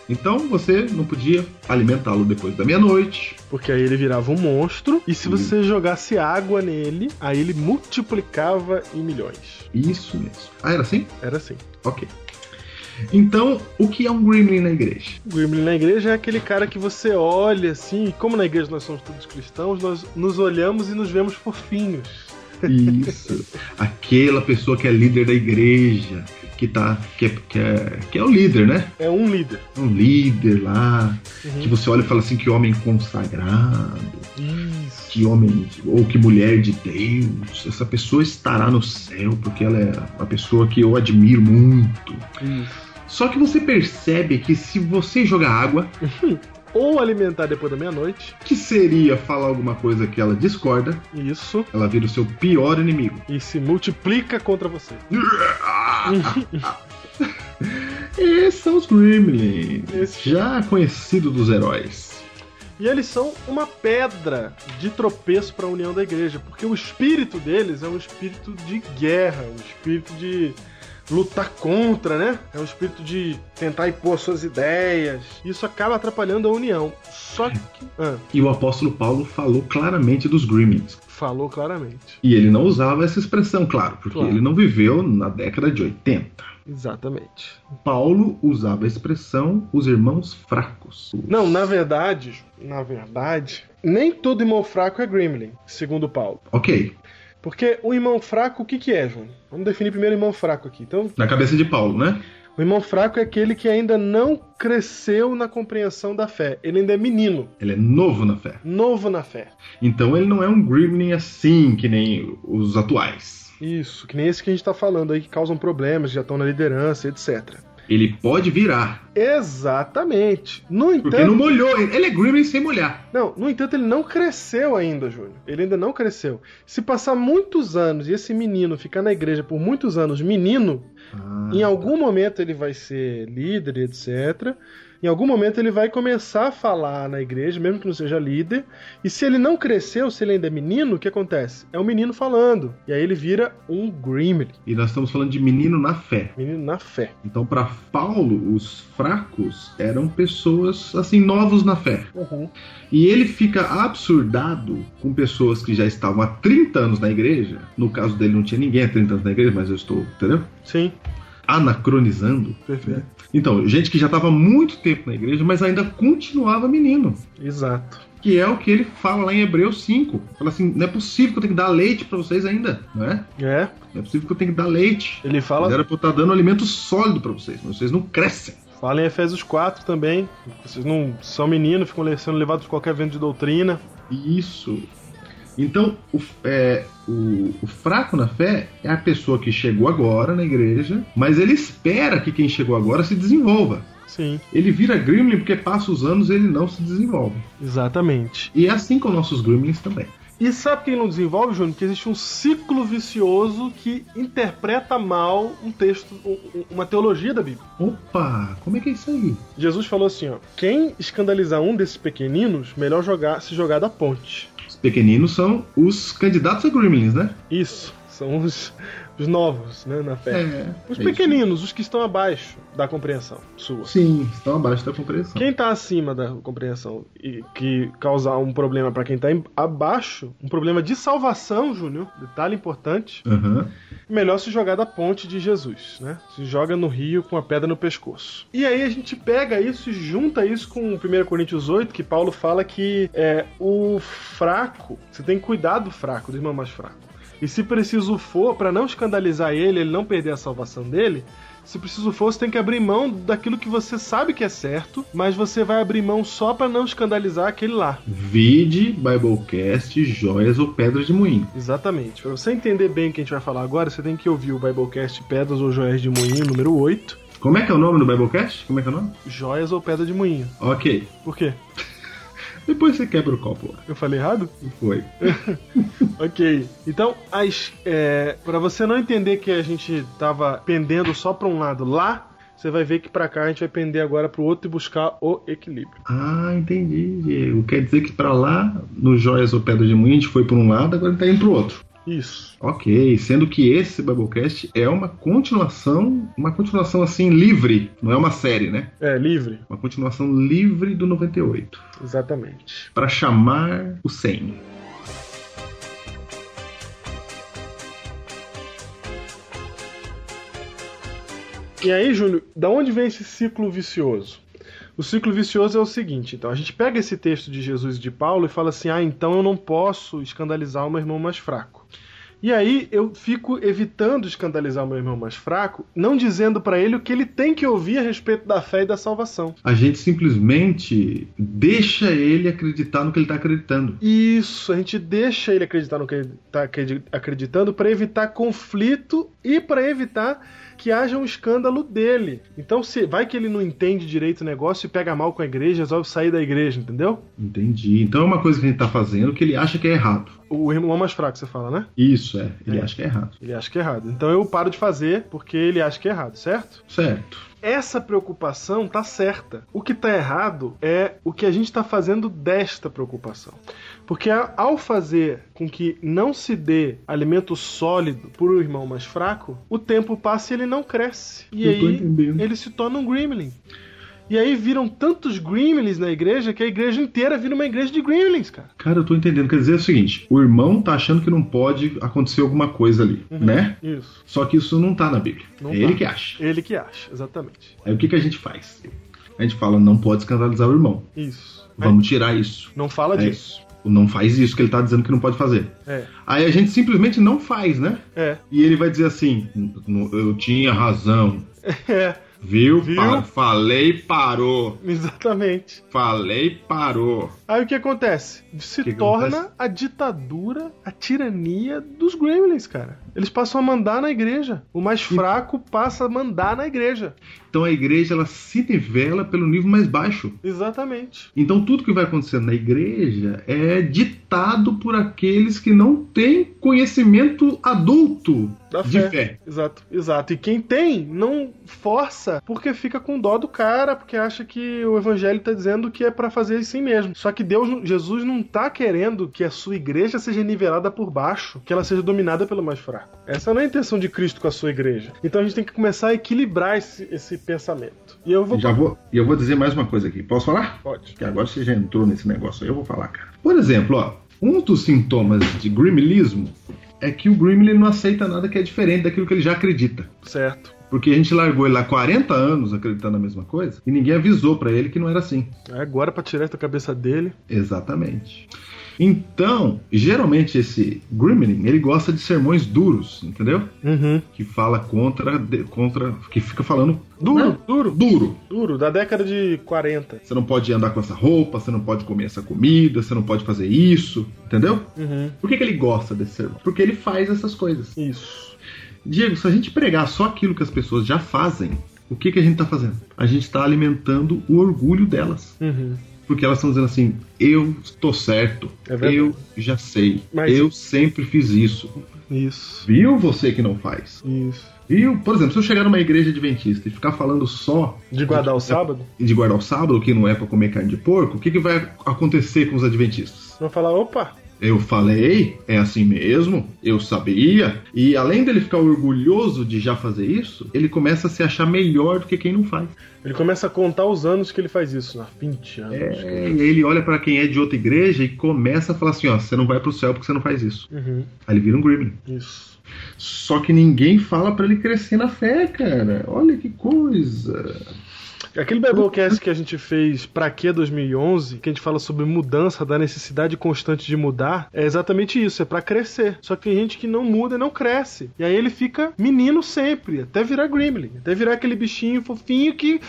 Speaker 2: Então você não podia alimentá-lo depois da meia-noite,
Speaker 3: Porque aí ele virava um monstro, e se você jogasse água nele, aí ele multiplicava em milhões.
Speaker 2: isso mesmo. Ah, era assim?
Speaker 3: Era assim.
Speaker 2: Ok. Então, o que é um gremlin na igreja?
Speaker 3: O Gremlin na igreja é aquele cara que você olha assim, e como na igreja nós somos todos cristãos, nós nos olhamos e nos vemos fofinhos.
Speaker 2: Isso. Aquela pessoa que é líder da igreja, que tá. que é, que é, que é o líder, né?
Speaker 3: É um líder.
Speaker 2: Um líder lá,
Speaker 3: Uhum.
Speaker 2: que você olha e fala assim, que homem consagrado,
Speaker 3: Isso.
Speaker 2: que homem ou que mulher de Deus, essa pessoa estará no céu, porque ela é uma pessoa que eu admiro muito.
Speaker 3: Isso.
Speaker 2: Só que você percebe que se você jogar água,
Speaker 3: Ou alimentar depois da meia-noite.
Speaker 2: que seria falar alguma coisa que ela discorda,
Speaker 3: Isso.
Speaker 2: ela vira o seu pior
Speaker 3: <laughs>
Speaker 2: inimigo.
Speaker 3: E se multiplica contra você.
Speaker 2: Esses são os Gremlins,
Speaker 3: Esse-
Speaker 2: já conhecido dos heróis.
Speaker 3: E eles são uma pedra de tropeço para a união da igreja, porque o espírito deles é um espírito de guerra, um espírito de lutar contra, né? É um espírito de tentar impor suas ideias. Isso acaba atrapalhando a união. Só que ah,
Speaker 2: E o apóstolo Paulo falou claramente dos Gremlins.
Speaker 3: falou claramente.
Speaker 2: E ele não usava essa expressão, claro, porque
Speaker 3: Claro.
Speaker 2: ele não viveu na década de 80.
Speaker 3: Exatamente.
Speaker 2: Paulo usava a expressão os irmãos fracos.
Speaker 3: Não, na verdade, na verdade, nem todo irmão fraco é gremlin, segundo Paulo.
Speaker 2: Ok,
Speaker 3: Porque o irmão fraco, o que que é, João? Vamos definir primeiro irmão fraco aqui. Então,
Speaker 2: na cabeça de Paulo, né?
Speaker 3: O irmão fraco é aquele que ainda não cresceu na compreensão da fé. Ele ainda é menino,
Speaker 2: Ele é novo na fé.
Speaker 3: novo na fé.
Speaker 2: Então ele não é um Gremlin assim que nem os atuais.
Speaker 3: Isso, que nem esse que a gente tá falando aí, que causam problemas, já estão na liderança, etc.
Speaker 2: Ele pode virar,
Speaker 3: Exatamente. No
Speaker 2: porque
Speaker 3: entanto,
Speaker 2: não molhou. Ele é Gremlin sem molhar.
Speaker 3: Não, no entanto, ele não cresceu ainda, Júnior. Ele ainda não cresceu. Se passar muitos anos e esse menino ficar na igreja por muitos anos menino, em
Speaker 2: Ah, tá.
Speaker 3: algum momento ele vai ser líder, etc. Em algum momento ele vai começar a falar na igreja, mesmo que não seja líder. E se ele não cresceu, se ele ainda é menino, o que acontece? É um menino falando. E aí ele vira um gremlin,
Speaker 2: E nós estamos falando de menino na fé.
Speaker 3: menino na fé.
Speaker 2: Então para Paulo os fracos eram pessoas assim novos na fé. E ele fica absurdado com pessoas que já estavam há 30 anos na igreja. No caso dele não tinha ninguém há 30 anos na igreja, mas eu estou, entendeu?
Speaker 3: Sim,
Speaker 2: Anacronizando.
Speaker 3: perfeito.
Speaker 2: Então, gente que já estava há muito tempo na igreja, mas ainda continuava menino.
Speaker 3: Exato.
Speaker 2: Que é o que ele fala lá em Hebreus 5. Fala assim, não é possível que eu tenha que dar leite para vocês ainda, não é?
Speaker 3: É,
Speaker 2: Não é possível que eu tenha que dar leite.
Speaker 3: ele fala,
Speaker 2: Mas Era pra eu estar dando alimento sólido para vocês, mas vocês não crescem.
Speaker 3: fala em Efésios 4 também. Vocês não são meninos, ficam le- sendo levados por qualquer vento de doutrina.
Speaker 2: Isso. Então, o, é, o- o fraco na fé é a pessoa que chegou agora na igreja, mas ele espera que quem chegou agora se desenvolva.
Speaker 3: Sim,
Speaker 2: Ele vira gremlin porque passa os anos e ele não se desenvolve.
Speaker 3: exatamente.
Speaker 2: E é assim com nossos gremlins também.
Speaker 3: E sabe quem não desenvolve, Júnior? Que existe um ciclo vicioso que interpreta mal um texto, um- um- uma teologia da Bíblia.
Speaker 2: Opa, como é que é isso aí?
Speaker 3: Jesus falou assim, ó: quem escandalizar um desses pequeninos, melhor jogar se jogar da ponte.
Speaker 2: Os pequeninos são os candidatos a gremlins, né?
Speaker 3: Isso, são os, os novos, né, na fé. os
Speaker 2: é
Speaker 3: pequeninos, os que estão abaixo da compreensão sua.
Speaker 2: isso. Sim, estão abaixo da compreensão.
Speaker 3: Quem tá acima da compreensão e que causar um problema pra quem tá em- abaixo, um problema de salvação, Júnior, detalhe importante,
Speaker 2: Aham.
Speaker 3: melhor se jogar da ponte de Jesus, né? Se joga no rio com a pedra no pescoço. E aí a gente pega isso e junta isso com 1 Coríntios 8, que Paulo fala que é o fraco, você tem que cuidar do fraco, do irmão mais fraco. E se preciso for, para não escandalizar ele, ele não perder a salvação dele, se preciso for, você tem que abrir mão daquilo que você sabe que é certo, mas você vai abrir mão só para não escandalizar aquele lá.
Speaker 2: Vide, Biblecast, Joias ou Pedras de Moinho.
Speaker 3: Exatamente. Para você entender bem o que a gente vai falar agora, você tem que ouvir o Biblecast Pedras ou Joias de Moinho, número 8.
Speaker 2: Como é que é o nome do Biblecast? Como é que é o nome?
Speaker 3: Joias ou Pedra de Moinho.
Speaker 2: Ok.
Speaker 3: Por quê?
Speaker 2: Depois você quebra o copo lá.
Speaker 3: Eu falei errado?
Speaker 2: Foi.
Speaker 3: Ok. Então, as, é, para você não entender que a gente tava pendendo só pra um lado lá, você vai ver que pra cá a gente vai pender agora pro outro e buscar o equilíbrio.
Speaker 2: Ah, entendi, Diego. Quer dizer que pra lá, no Joias ou Pedra de Moinho, a gente foi pra um lado, agora tá indo pro outro.
Speaker 3: Isso.
Speaker 2: Ok, sendo que esse Biblecast é uma continuação, uma continuação assim livre, não é uma série, né?
Speaker 3: É, livre.
Speaker 2: Uma continuação livre do 98,
Speaker 3: Exatamente.
Speaker 2: Pra chamar o 100.
Speaker 3: E aí, Júlio, da onde vem esse ciclo vicioso? O ciclo vicioso é o seguinte, então a gente pega esse texto de Jesus e de Paulo e fala assim: "Ah, então eu não posso escandalizar o meu irmão mais fraco". E aí eu fico evitando escandalizar o meu irmão mais fraco, não dizendo pra ele o que ele tem que ouvir a respeito da fé e da salvação.
Speaker 2: A gente simplesmente deixa ele acreditar no que ele tá acreditando.
Speaker 3: Isso, a gente deixa ele acreditar no que ele está acreditando para evitar conflito e para evitar que haja um escândalo dele. Então, se vai que ele não entende direito o negócio e pega mal com a igreja, resolve sair da igreja, entendeu?
Speaker 2: Entendi. Então é uma coisa que a gente tá fazendo que ele acha que é errado.
Speaker 3: O irmão mais fraco, você fala, né?
Speaker 2: Isso, é. Ele
Speaker 3: É.
Speaker 2: acha que é errado.
Speaker 3: Ele acha que é errado. Então eu paro de fazer porque ele acha que é errado, certo?
Speaker 2: Certo.
Speaker 3: Essa preocupação tá certa. O que tá errado é o que a gente tá fazendo desta preocupação. Porque a- ao fazer com que não se dê alimento sólido para o irmão mais fraco, o tempo passa e ele não cresce. E
Speaker 2: Eu tô
Speaker 3: aí
Speaker 2: entendendo.
Speaker 3: ele se torna um gremlin. E aí viram tantos gremlins na igreja que a igreja inteira vira uma igreja de gremlins, cara.
Speaker 2: Cara, eu tô entendendo. Quer dizer é o seguinte: o irmão tá achando que não pode acontecer alguma coisa ali, né?
Speaker 3: Isso.
Speaker 2: Só que isso não tá na Bíblia.
Speaker 3: Uhum. Não
Speaker 2: é
Speaker 3: tá.
Speaker 2: ele que acha.
Speaker 3: Ele que acha, exatamente.
Speaker 2: Aí o que, que a gente faz? A gente fala, não pode escandalizar o irmão.
Speaker 3: Isso. Aí
Speaker 2: Vamos tirar isso.
Speaker 3: Não fala
Speaker 2: É
Speaker 3: disso.
Speaker 2: isso. Não faz isso que ele tá dizendo que não pode fazer.
Speaker 3: É.
Speaker 2: Aí a gente simplesmente não faz, né?
Speaker 3: É. <laughs>
Speaker 2: E ele vai dizer assim: "N- n- eu tinha razão.
Speaker 3: É.
Speaker 2: Viu?
Speaker 3: Viu?
Speaker 2: Pa- falei, parou.
Speaker 3: Exatamente.
Speaker 2: Falei, parou.
Speaker 3: Aí o que acontece? Se
Speaker 2: que
Speaker 3: torna a ditadura, a tirania dos gremlins, cara. Eles passam a mandar na igreja. O mais fraco passa a mandar na igreja.
Speaker 2: Então a igreja ela se nivela pelo nível mais baixo.
Speaker 3: Exatamente.
Speaker 2: Então tudo que vai acontecendo na igreja é ditado por aqueles que não têm conhecimento adulto
Speaker 3: Da
Speaker 2: de
Speaker 3: fé.
Speaker 2: fé.
Speaker 3: Exato, exato. E quem tem, não força porque fica com dó do cara, porque acha que o evangelho tá dizendo que é pra fazer assim mesmo. Só que Deus, não- Jesus não tá querendo que a sua igreja seja nivelada por baixo, que ela seja dominada pelo mais fraco. Essa não é a intenção de Cristo com a sua igreja. Então a gente tem que começar a equilibrar esse, esse pensamento. E eu vou.
Speaker 2: Já vou, e eu vou dizer mais uma coisa aqui. Posso falar?
Speaker 3: Pode.
Speaker 2: Que agora você já entrou nesse negócio aí, eu vou falar, cara. Por exemplo, ó, um dos sintomas de grimilismo é que o Grimlin não aceita nada que é diferente daquilo que ele já acredita.
Speaker 3: Certo.
Speaker 2: Porque a gente largou ele lá 40 anos acreditando na mesma coisa e ninguém avisou pra ele que não era assim.
Speaker 3: Agora pra tirar da cabeça dele.
Speaker 2: Exatamente. Então, geralmente esse Grimlin, ele gosta de sermões duros, entendeu?
Speaker 3: Uhum.
Speaker 2: Que fala contra, de- contra que fica falando
Speaker 3: Duro,
Speaker 2: né?
Speaker 3: duro,
Speaker 2: duro.
Speaker 3: duro. Da década de 40.
Speaker 2: Você não pode andar com essa roupa, você não pode comer essa comida, você não pode fazer isso, entendeu?
Speaker 3: Uhum.
Speaker 2: Por que, que ele gosta desse sermão? Porque ele faz essas coisas.
Speaker 3: Isso.
Speaker 2: Diego, se a gente pregar só aquilo que as pessoas já fazem, o que, que a gente tá fazendo? A gente tá alimentando o orgulho delas.
Speaker 3: Uhum.
Speaker 2: Porque elas estão dizendo assim, eu tô certo,
Speaker 3: É verdade.
Speaker 2: eu já sei,
Speaker 3: Mas-
Speaker 2: eu sempre fiz isso.
Speaker 3: Isso.
Speaker 2: Viu você que não faz?
Speaker 3: Isso.
Speaker 2: Viu? Por exemplo, se eu chegar numa igreja adventista e ficar falando só
Speaker 3: De guardar o sábado?
Speaker 2: de é guardar o sábado, que não é pra comer carne de porco, o que, que vai acontecer com os adventistas?
Speaker 3: Vão falar, opa,
Speaker 2: Eu falei, é assim mesmo, eu sabia. E além dele ficar orgulhoso de já fazer isso, ele começa a se achar melhor do que quem não faz.
Speaker 3: Ele começa a contar os anos que ele faz isso, né? 20 anos.
Speaker 2: É, e aí ele olha pra quem é de outra igreja e começa a falar assim: ó, você não vai pro céu porque você não faz isso.
Speaker 3: Uhum,
Speaker 2: Aí ele vira um gremlin.
Speaker 3: isso.
Speaker 2: Só que ninguém fala pra ele crescer na fé, cara. Olha que coisa.
Speaker 3: Aquele Biblecast que a gente fez Pra Que 2011, que a gente fala sobre mudança, da necessidade constante de mudar, é exatamente isso, é pra crescer. Só que tem gente que não muda e não cresce. E aí ele fica menino sempre, até virar Gremlin, até virar aquele bichinho fofinho que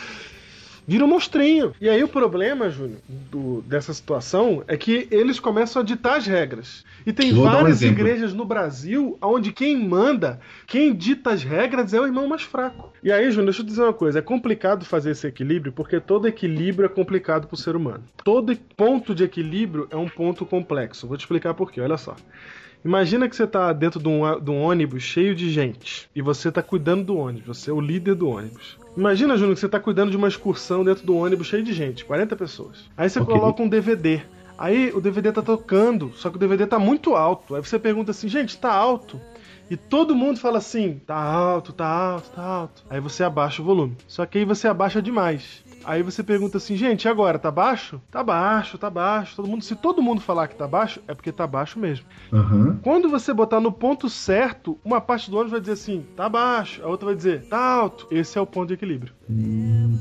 Speaker 3: vira um monstrinho. E aí o problema, Júnior, do- dessa situação é que eles começam a ditar as regras. E tem
Speaker 2: Vou dar um
Speaker 3: várias
Speaker 2: exemplo.
Speaker 3: igrejas no Brasil onde quem manda, quem dita as regras é o irmão mais fraco. E aí, Júnior, deixa eu dizer uma coisa. É complicado fazer esse equilíbrio porque todo equilíbrio é complicado para o ser humano. Todo ponto de equilíbrio é um ponto complexo. Vou te explicar por quê, olha só. Imagina que você tá dentro de um, a- de um ônibus cheio de gente e você tá cuidando do ônibus, você é o líder do ônibus. Imagina, Júnior, que você tá cuidando de uma excursão dentro do ônibus cheio de gente, 40 pessoas. Aí você
Speaker 2: Ok.
Speaker 3: coloca um DVD. Aí o DVD tá tocando, só que o DVD tá muito alto. Aí você pergunta assim, gente, tá alto? E todo mundo fala assim, tá alto, tá alto, tá alto. Aí você abaixa o volume. Só que aí você abaixa demais. Aí você pergunta assim, gente, e agora, tá baixo? Tá baixo, tá baixo. Todo mundo, se todo mundo falar que tá baixo, é porque tá baixo mesmo.
Speaker 2: Aham.
Speaker 3: Quando você botar no ponto certo, uma parte do ônibus vai dizer assim, tá baixo, a outra vai dizer, tá alto. Esse é o ponto de equilíbrio.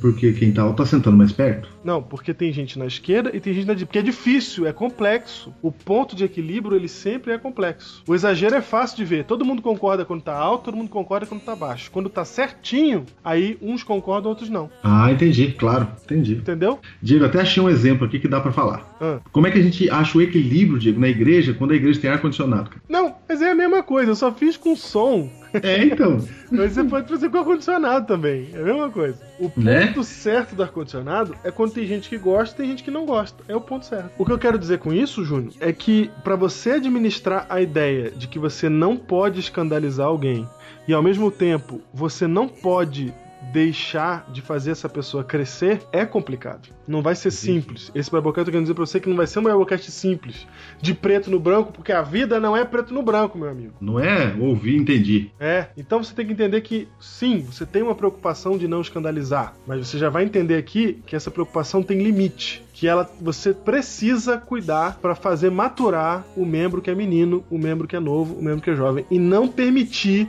Speaker 2: Porque quem tá alto tá sentando mais perto.
Speaker 3: Não, porque tem gente na esquerda e tem gente na direita. Porque é difícil, é complexo. O ponto de equilíbrio, ele sempre é complexo. O exagero é fácil de ver. Todo mundo concorda quando tá alto, todo mundo concorda quando tá baixo. Quando tá certinho, aí uns concordam, outros não.
Speaker 2: Ah, entendi, claro, entendi.
Speaker 3: Entendeu?
Speaker 2: Diego, até achei um exemplo aqui que dá pra falar.
Speaker 3: Ah.
Speaker 2: Como é que a gente acha o equilíbrio, Diego, na igreja quando a igreja tem ar-condicionado? cara?
Speaker 3: Não, mas é a mesma coisa. Eu só fiz com som.
Speaker 2: É, então.
Speaker 3: Mas você pode fazer com ar-condicionado também. É a mesma coisa. O ponto
Speaker 2: Né?
Speaker 3: certo do ar-condicionado é quando tem gente que gosta e tem gente que não gosta. É o ponto certo. O que eu quero dizer com isso, Júnior, é que pra você administrar a ideia de que você não pode escandalizar alguém e ao mesmo tempo você não pode deixar de fazer essa pessoa crescer é complicado. Não vai ser simples. Esse Biblecast eu tô querendo dizer pra você que não vai ser um Biblecast simples, de preto no branco, porque a vida não é preto no branco, meu amigo.
Speaker 2: Não é ouvi, entendi.
Speaker 3: É, então você tem que entender que, sim, você tem uma preocupação de não escandalizar, mas você já vai entender aqui que essa preocupação tem limite, que ela você precisa cuidar pra fazer maturar o membro que é menino, o membro que é novo, o membro que é jovem e não permitir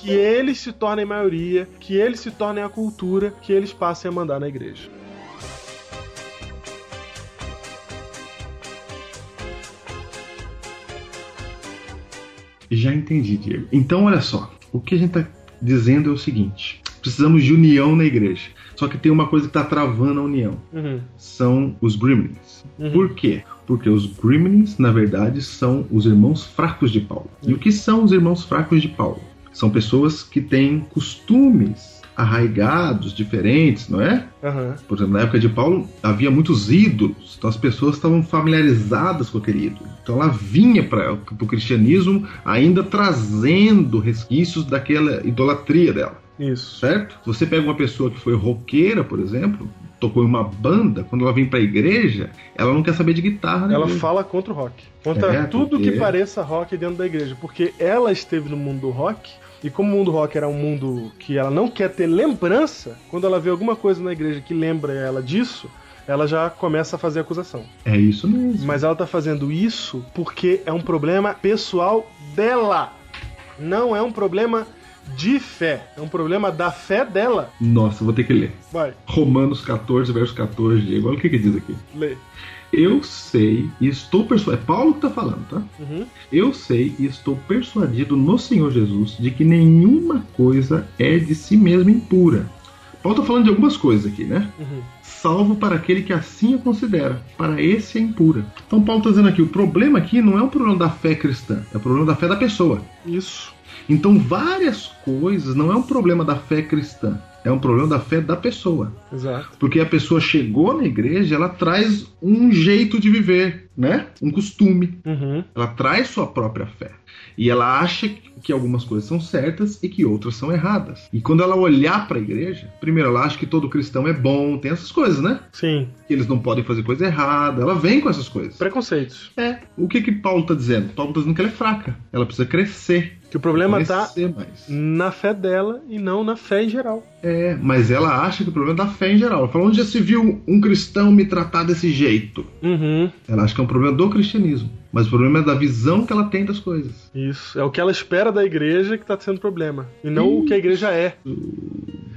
Speaker 3: que eles se tornem maioria, que eles se tornem a cultura, que eles passem a mandar na igreja.
Speaker 2: Já entendi, Diego. Então, olha só. O que a gente tá dizendo é o seguinte: precisamos de união na igreja. Só que tem uma coisa que tá travando a união:
Speaker 3: Uhum,
Speaker 2: são os gremlins.
Speaker 3: uhum.
Speaker 2: Por quê? Porque os gremlins, na verdade, são os irmãos fracos de Paulo. E o que são os irmãos fracos de Paulo? São pessoas que têm costumes arraigados, diferentes, não é?
Speaker 3: Aham.
Speaker 2: Por exemplo, na época de Paulo havia muitos ídolos, então as pessoas estavam familiarizadas com aquele ídolo. Então ela vinha para o cristianismo ainda trazendo resquícios daquela idolatria dela,
Speaker 3: Isso.
Speaker 2: certo? Você pega uma pessoa que foi roqueira, por exemplo, tocou em uma banda, quando ela vem para a igreja, ela não quer saber de guitarra, né?
Speaker 3: Ela fala contra o rock. Contra
Speaker 2: É,
Speaker 3: tudo
Speaker 2: porque-
Speaker 3: que pareça rock dentro da igreja. Porque ela esteve no mundo do rock. E como o mundo rock era um mundo que ela não quer ter lembrança, quando ela vê alguma coisa na igreja que lembra ela disso, ela já começa a fazer acusação.
Speaker 2: É isso mesmo.
Speaker 3: Mas ela tá fazendo isso porque é um problema pessoal dela. Não é um problema de fé. É um problema da fé dela.
Speaker 2: Nossa, vou ter que ler.
Speaker 3: Vai,
Speaker 2: Romanos 14, verso 14, Diego. Olha o que, que diz aqui.
Speaker 3: lê.
Speaker 2: Eu sei e estou persuadido. É Paulo que tá falando, tá?
Speaker 3: Uhum.
Speaker 2: Eu sei e estou persuadido no Senhor Jesus de que nenhuma coisa é de si mesma impura. Paulo está falando de algumas coisas aqui, né?
Speaker 3: Uhum.
Speaker 2: Salvo para aquele que assim a considera, para esse é impura. Então Paulo está dizendo aqui, o problema aqui não é um problema da fé cristã, é o problema da fé da pessoa.
Speaker 3: Isso.
Speaker 2: Então várias coisas não é um problema da fé cristã, é um problema da fé da pessoa.
Speaker 3: Exato.
Speaker 2: Porque a pessoa chegou na igreja, ela traz um jeito de viver, né? Um costume.
Speaker 3: Uhum.
Speaker 2: Ela traz sua própria fé. E ela acha que algumas coisas são certas e que outras são erradas. E quando ela olhar para a igreja, primeiro ela acha que todo cristão é bom, tem essas coisas, né?
Speaker 3: Sim.
Speaker 2: Que eles não podem fazer coisa errada. Ela vem com essas coisas.
Speaker 3: Preconceitos.
Speaker 2: É. O que que Paulo tá dizendo? Paulo tá dizendo que ela é fraca. Ela precisa crescer.
Speaker 3: Que o problema tá
Speaker 2: crescer mais.
Speaker 3: na fé dela e não na fé em geral.
Speaker 2: É, mas ela acha que o problema é da fé em geral. Ela fala, onde já se viu um cristão me tratar desse jeito?
Speaker 3: Uhum.
Speaker 2: Ela acha que é um problema do cristianismo. Mas o problema é da visão que ela tem das coisas.
Speaker 3: Isso. É o que ela espera da igreja que tá sendo problema. E não o que a igreja é.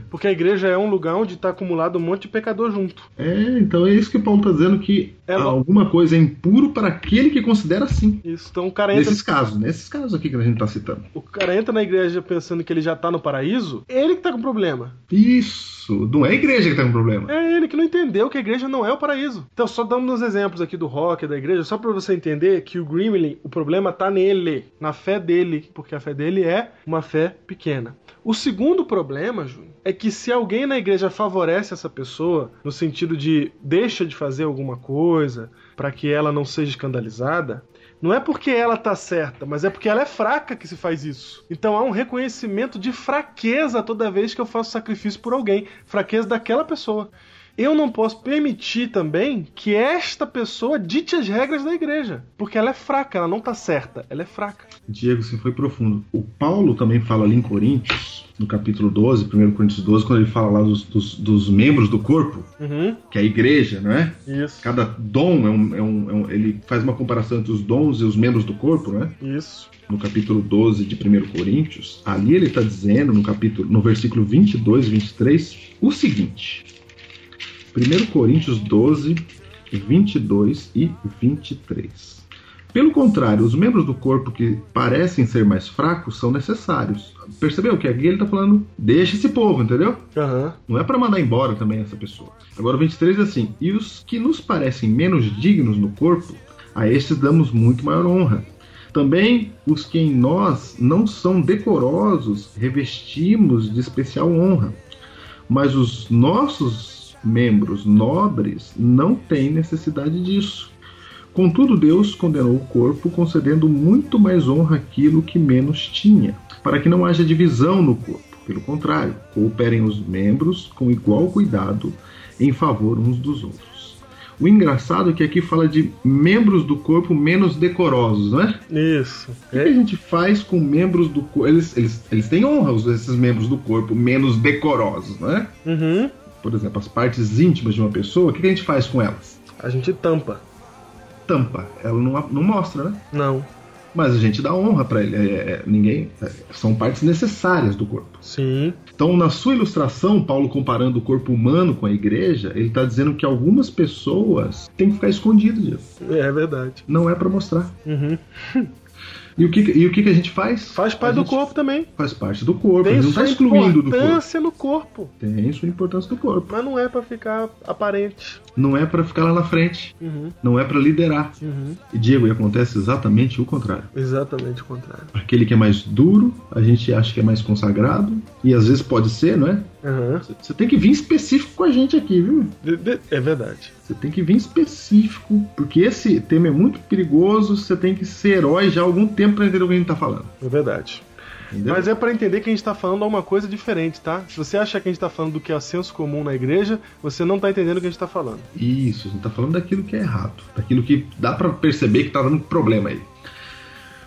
Speaker 3: Porque a igreja é um lugar onde tá acumulado um monte de pecador junto.
Speaker 2: É, então é isso que Paulo tá dizendo que
Speaker 3: Ela-
Speaker 2: alguma coisa é impuro para aquele que considera assim.
Speaker 3: Isso. Então o cara entra
Speaker 2: Nesses casos, nesses casos aqui que a gente tá citando.
Speaker 3: O cara entra na igreja pensando que ele já tá no paraíso, ele que tá com problema.
Speaker 2: Isso, não é a igreja que tá com problema.
Speaker 3: É ele que não entendeu que a igreja não é o paraíso. Então, só dando uns exemplos aqui do rock, da igreja, só pra você entender que o Gremlin, o problema tá nele, na fé dele, porque a fé dele é uma fé pequena. O segundo problema, Júnior, é que se alguém na igreja favorece essa pessoa, no sentido de deixa de fazer alguma coisa pra que ela não seja escandalizada, não é porque ela tá certa, mas é porque ela é fraca que se faz isso. Então há um reconhecimento de fraqueza toda vez que eu faço sacrifício por alguém, fraqueza daquela pessoa. Eu não posso permitir também que esta pessoa dite as regras da igreja, porque ela é fraca, ela não tá certa, ela é fraca.
Speaker 2: Diego, você foi profundo. O Paulo também fala ali em Coríntios, no capítulo 12, 1 Coríntios 12, quando ele fala lá dos, dos- dos membros do corpo,
Speaker 3: Uhum.
Speaker 2: que é a igreja, não é?
Speaker 3: Isso.
Speaker 2: Cada dom é um, é um- é um- Ele faz uma comparação entre os dons e os membros do corpo, né?
Speaker 3: Isso.
Speaker 2: No capítulo 12 de 1 Coríntios, ali ele está dizendo, no capítulo, no versículo 22 e 23, o seguinte. 1 Coríntios 12, 22 e 23. Pelo contrário, os membros do corpo que parecem ser mais fracos são necessários. Percebeu que aqui ele está falando, deixa esse povo, entendeu?
Speaker 3: Aham.
Speaker 2: Não é para mandar embora também essa pessoa. Agora o 23 é assim: e os que nos parecem menos dignos no corpo, a estes damos muito maior honra. Também os que em nós não são decorosos, revestimos de especial honra. Mas os nossos membros nobres não têm necessidade disso. Contudo, Deus condenou o corpo, concedendo muito mais honra àquilo que menos tinha, para que não haja divisão no corpo. Pelo contrário, cooperem os membros com igual cuidado em favor uns dos outros. O engraçado é que aqui fala de membros do corpo menos decorosos, né?
Speaker 3: Isso.
Speaker 2: O que a gente faz com membros do corpo? Eles, eles, eles têm honra, os- esses membros do corpo menos decorosos, né?
Speaker 3: Uhum.
Speaker 2: Por exemplo, as partes íntimas de uma pessoa, o que a gente faz com elas?
Speaker 3: A gente tampa.
Speaker 2: Tampa, ela não, não mostra, né?
Speaker 3: Não.
Speaker 2: Mas a gente dá honra pra ele. é, é, ninguém. é, são partes necessárias do corpo.
Speaker 3: Sim.
Speaker 2: Então, na sua ilustração, Paulo comparando o corpo humano com a igreja, ele está dizendo que algumas pessoas têm que ficar escondidas disso.
Speaker 3: É verdade.
Speaker 2: Não é para mostrar.
Speaker 3: Uhum.
Speaker 2: E o que, e o que, que a gente faz?
Speaker 3: Faz
Speaker 2: A
Speaker 3: parte do
Speaker 2: gente
Speaker 3: corpo também.
Speaker 2: Faz parte do corpo. a
Speaker 3: Tem
Speaker 2: gente não
Speaker 3: sua
Speaker 2: está excluindo do corpo.
Speaker 3: importância no corpo,
Speaker 2: Tem sua importância do corpo.
Speaker 3: mas não é pra ficar aparente.
Speaker 2: Não é para ficar lá na frente.
Speaker 3: Uhum.
Speaker 2: Não é para liderar.
Speaker 3: Uhum.
Speaker 2: E, Diego, e acontece exatamente o contrário.
Speaker 3: Exatamente o contrário.
Speaker 2: Aquele que é mais duro, a gente acha que é mais consagrado. E às vezes pode ser, não é?
Speaker 3: Aham.
Speaker 2: Você tem que vir específico com a gente aqui, viu?
Speaker 3: De- de- É verdade.
Speaker 2: Você tem que vir específico, porque esse tema é muito perigoso, você tem que ser herói já há algum tempo pra entender o que a gente tá falando.
Speaker 3: É verdade.
Speaker 2: Entendeu?
Speaker 3: Mas é pra entender que a gente tá falando alguma coisa diferente, tá? Se você achar que a gente tá falando do que é senso comum na igreja, você não tá entendendo o que a gente tá falando.
Speaker 2: Isso, a gente tá falando daquilo que é errado, daquilo que dá pra perceber que tá dando problema aí.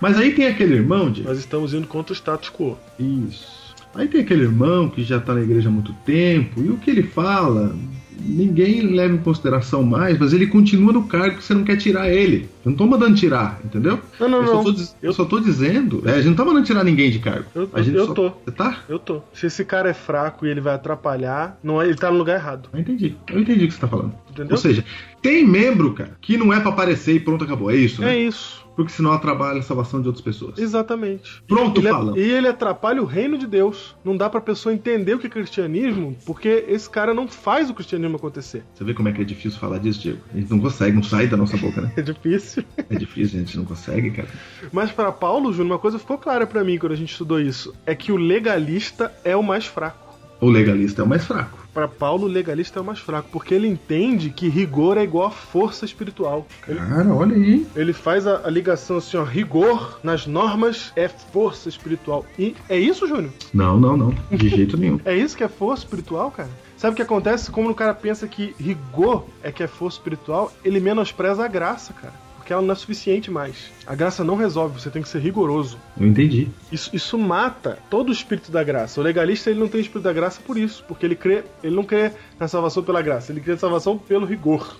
Speaker 2: Mas aí tem aquele irmão, de
Speaker 3: Nós estamos indo contra o status quo.
Speaker 2: Isso. Aí tem aquele irmão que já tá na igreja há muito tempo, e o que ele fala, ninguém leva em consideração mais, mas ele continua no cargo que você não quer tirar ele. Eu não tô mandando tirar, entendeu?
Speaker 3: Não, não,
Speaker 2: eu, Só
Speaker 3: não.
Speaker 2: tô, diz- eu
Speaker 3: Eu-
Speaker 2: só tô dizendo. É, a gente não tá mandando tirar ninguém de cargo.
Speaker 3: Eu-
Speaker 2: a gente
Speaker 3: eu
Speaker 2: só-
Speaker 3: tô.
Speaker 2: Você tá?
Speaker 3: Eu tô. Se esse cara é fraco e ele vai atrapalhar, não é, ele tá no lugar errado.
Speaker 2: Eu entendi. Eu entendi o que você tá falando.
Speaker 3: Entendeu?
Speaker 2: Ou seja, tem membro, cara, que não é pra aparecer e pronto, acabou. É isso,
Speaker 3: é
Speaker 2: né?
Speaker 3: isso.
Speaker 2: Porque senão atrapalha a salvação de outras pessoas.
Speaker 3: Exatamente.
Speaker 2: Pronto,
Speaker 3: Ele- é-
Speaker 2: falando.
Speaker 3: e ele atrapalha o reino de Deus. Não dá pra pessoa entender o que é cristianismo, porque esse cara não faz o cristianismo acontecer.
Speaker 2: Você vê como é que é difícil falar disso, Diego? A gente não consegue, não sai da nossa boca, né?
Speaker 3: É difícil.
Speaker 2: É difícil, a gente não consegue, cara.
Speaker 3: Mas pra Paulo, Júnior, uma coisa ficou clara pra mim quando a gente estudou isso: é que o legalista é o mais fraco.
Speaker 2: O legalista é o mais fraco.
Speaker 3: para Paulo, o legalista é o mais fraco, porque ele entende que rigor é igual a força espiritual. Ele,
Speaker 2: Cara, olha aí.
Speaker 3: ele faz a, a ligação assim, ó, rigor nas normas é força espiritual. E é isso, Júnior?
Speaker 2: Não, não, não. De jeito nenhum.
Speaker 3: É isso que é força espiritual, cara? Sabe o que acontece? Como o cara pensa que rigor é que é força espiritual, ele menospreza a graça, cara. Porque ela não é suficiente mais. A graça não resolve, você tem que ser rigoroso.
Speaker 2: Eu entendi.
Speaker 3: Isso, isso mata todo o espírito da graça. O legalista ele não tem espírito da graça por isso, porque ele crê, ele não crê na salvação pela graça, ele crê na salvação pelo rigor.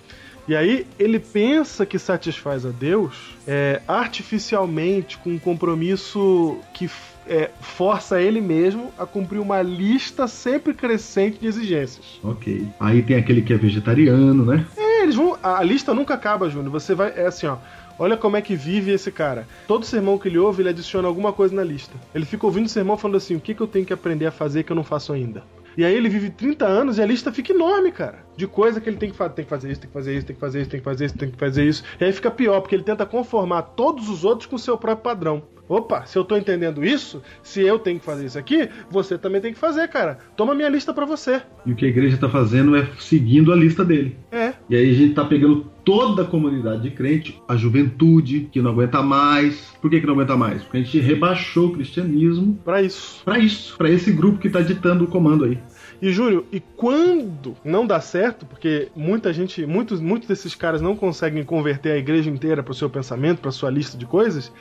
Speaker 3: E aí ele pensa que satisfaz a Deus é, artificialmente com um compromisso que f- é, força ele mesmo a cumprir uma lista sempre crescente de exigências.
Speaker 2: Ok. Aí tem aquele que é vegetariano, né?
Speaker 3: É, eles vão, a a lista nunca acaba, Júnior. Você vai é assim, ó. Olha como é que vive esse cara. Todo sermão que ele ouve, ele adiciona alguma coisa na lista. Ele fica ouvindo o sermão falando assim: o que, que eu tenho que aprender a fazer que eu não faço ainda? E aí ele vive 30 anos e a lista fica enorme, cara. De coisa que ele tem que fazer. Tem que fazer isso, tem que fazer isso, tem que fazer isso, tem que fazer isso, tem que fazer isso. E aí fica pior, porque ele tenta conformar todos os outros com o seu próprio padrão. Opa, se eu tô entendendo isso, se eu tenho que fazer isso aqui, você também tem que fazer, cara. Toma minha lista pra você.
Speaker 2: E o que a igreja tá fazendo é seguindo a lista dele.
Speaker 3: É,
Speaker 2: E aí a gente tá pegando toda a comunidade de crente, a juventude, que não aguenta mais. Por que, que não aguenta mais? Porque a gente rebaixou o cristianismo
Speaker 3: pra isso.
Speaker 2: pra isso, pra esse grupo que tá ditando o comando aí.
Speaker 3: E Júlio, e quando não dá certo, porque muita gente, muitos, muitos desses caras não conseguem converter a igreja inteira pro seu pensamento, pra sua lista de coisas,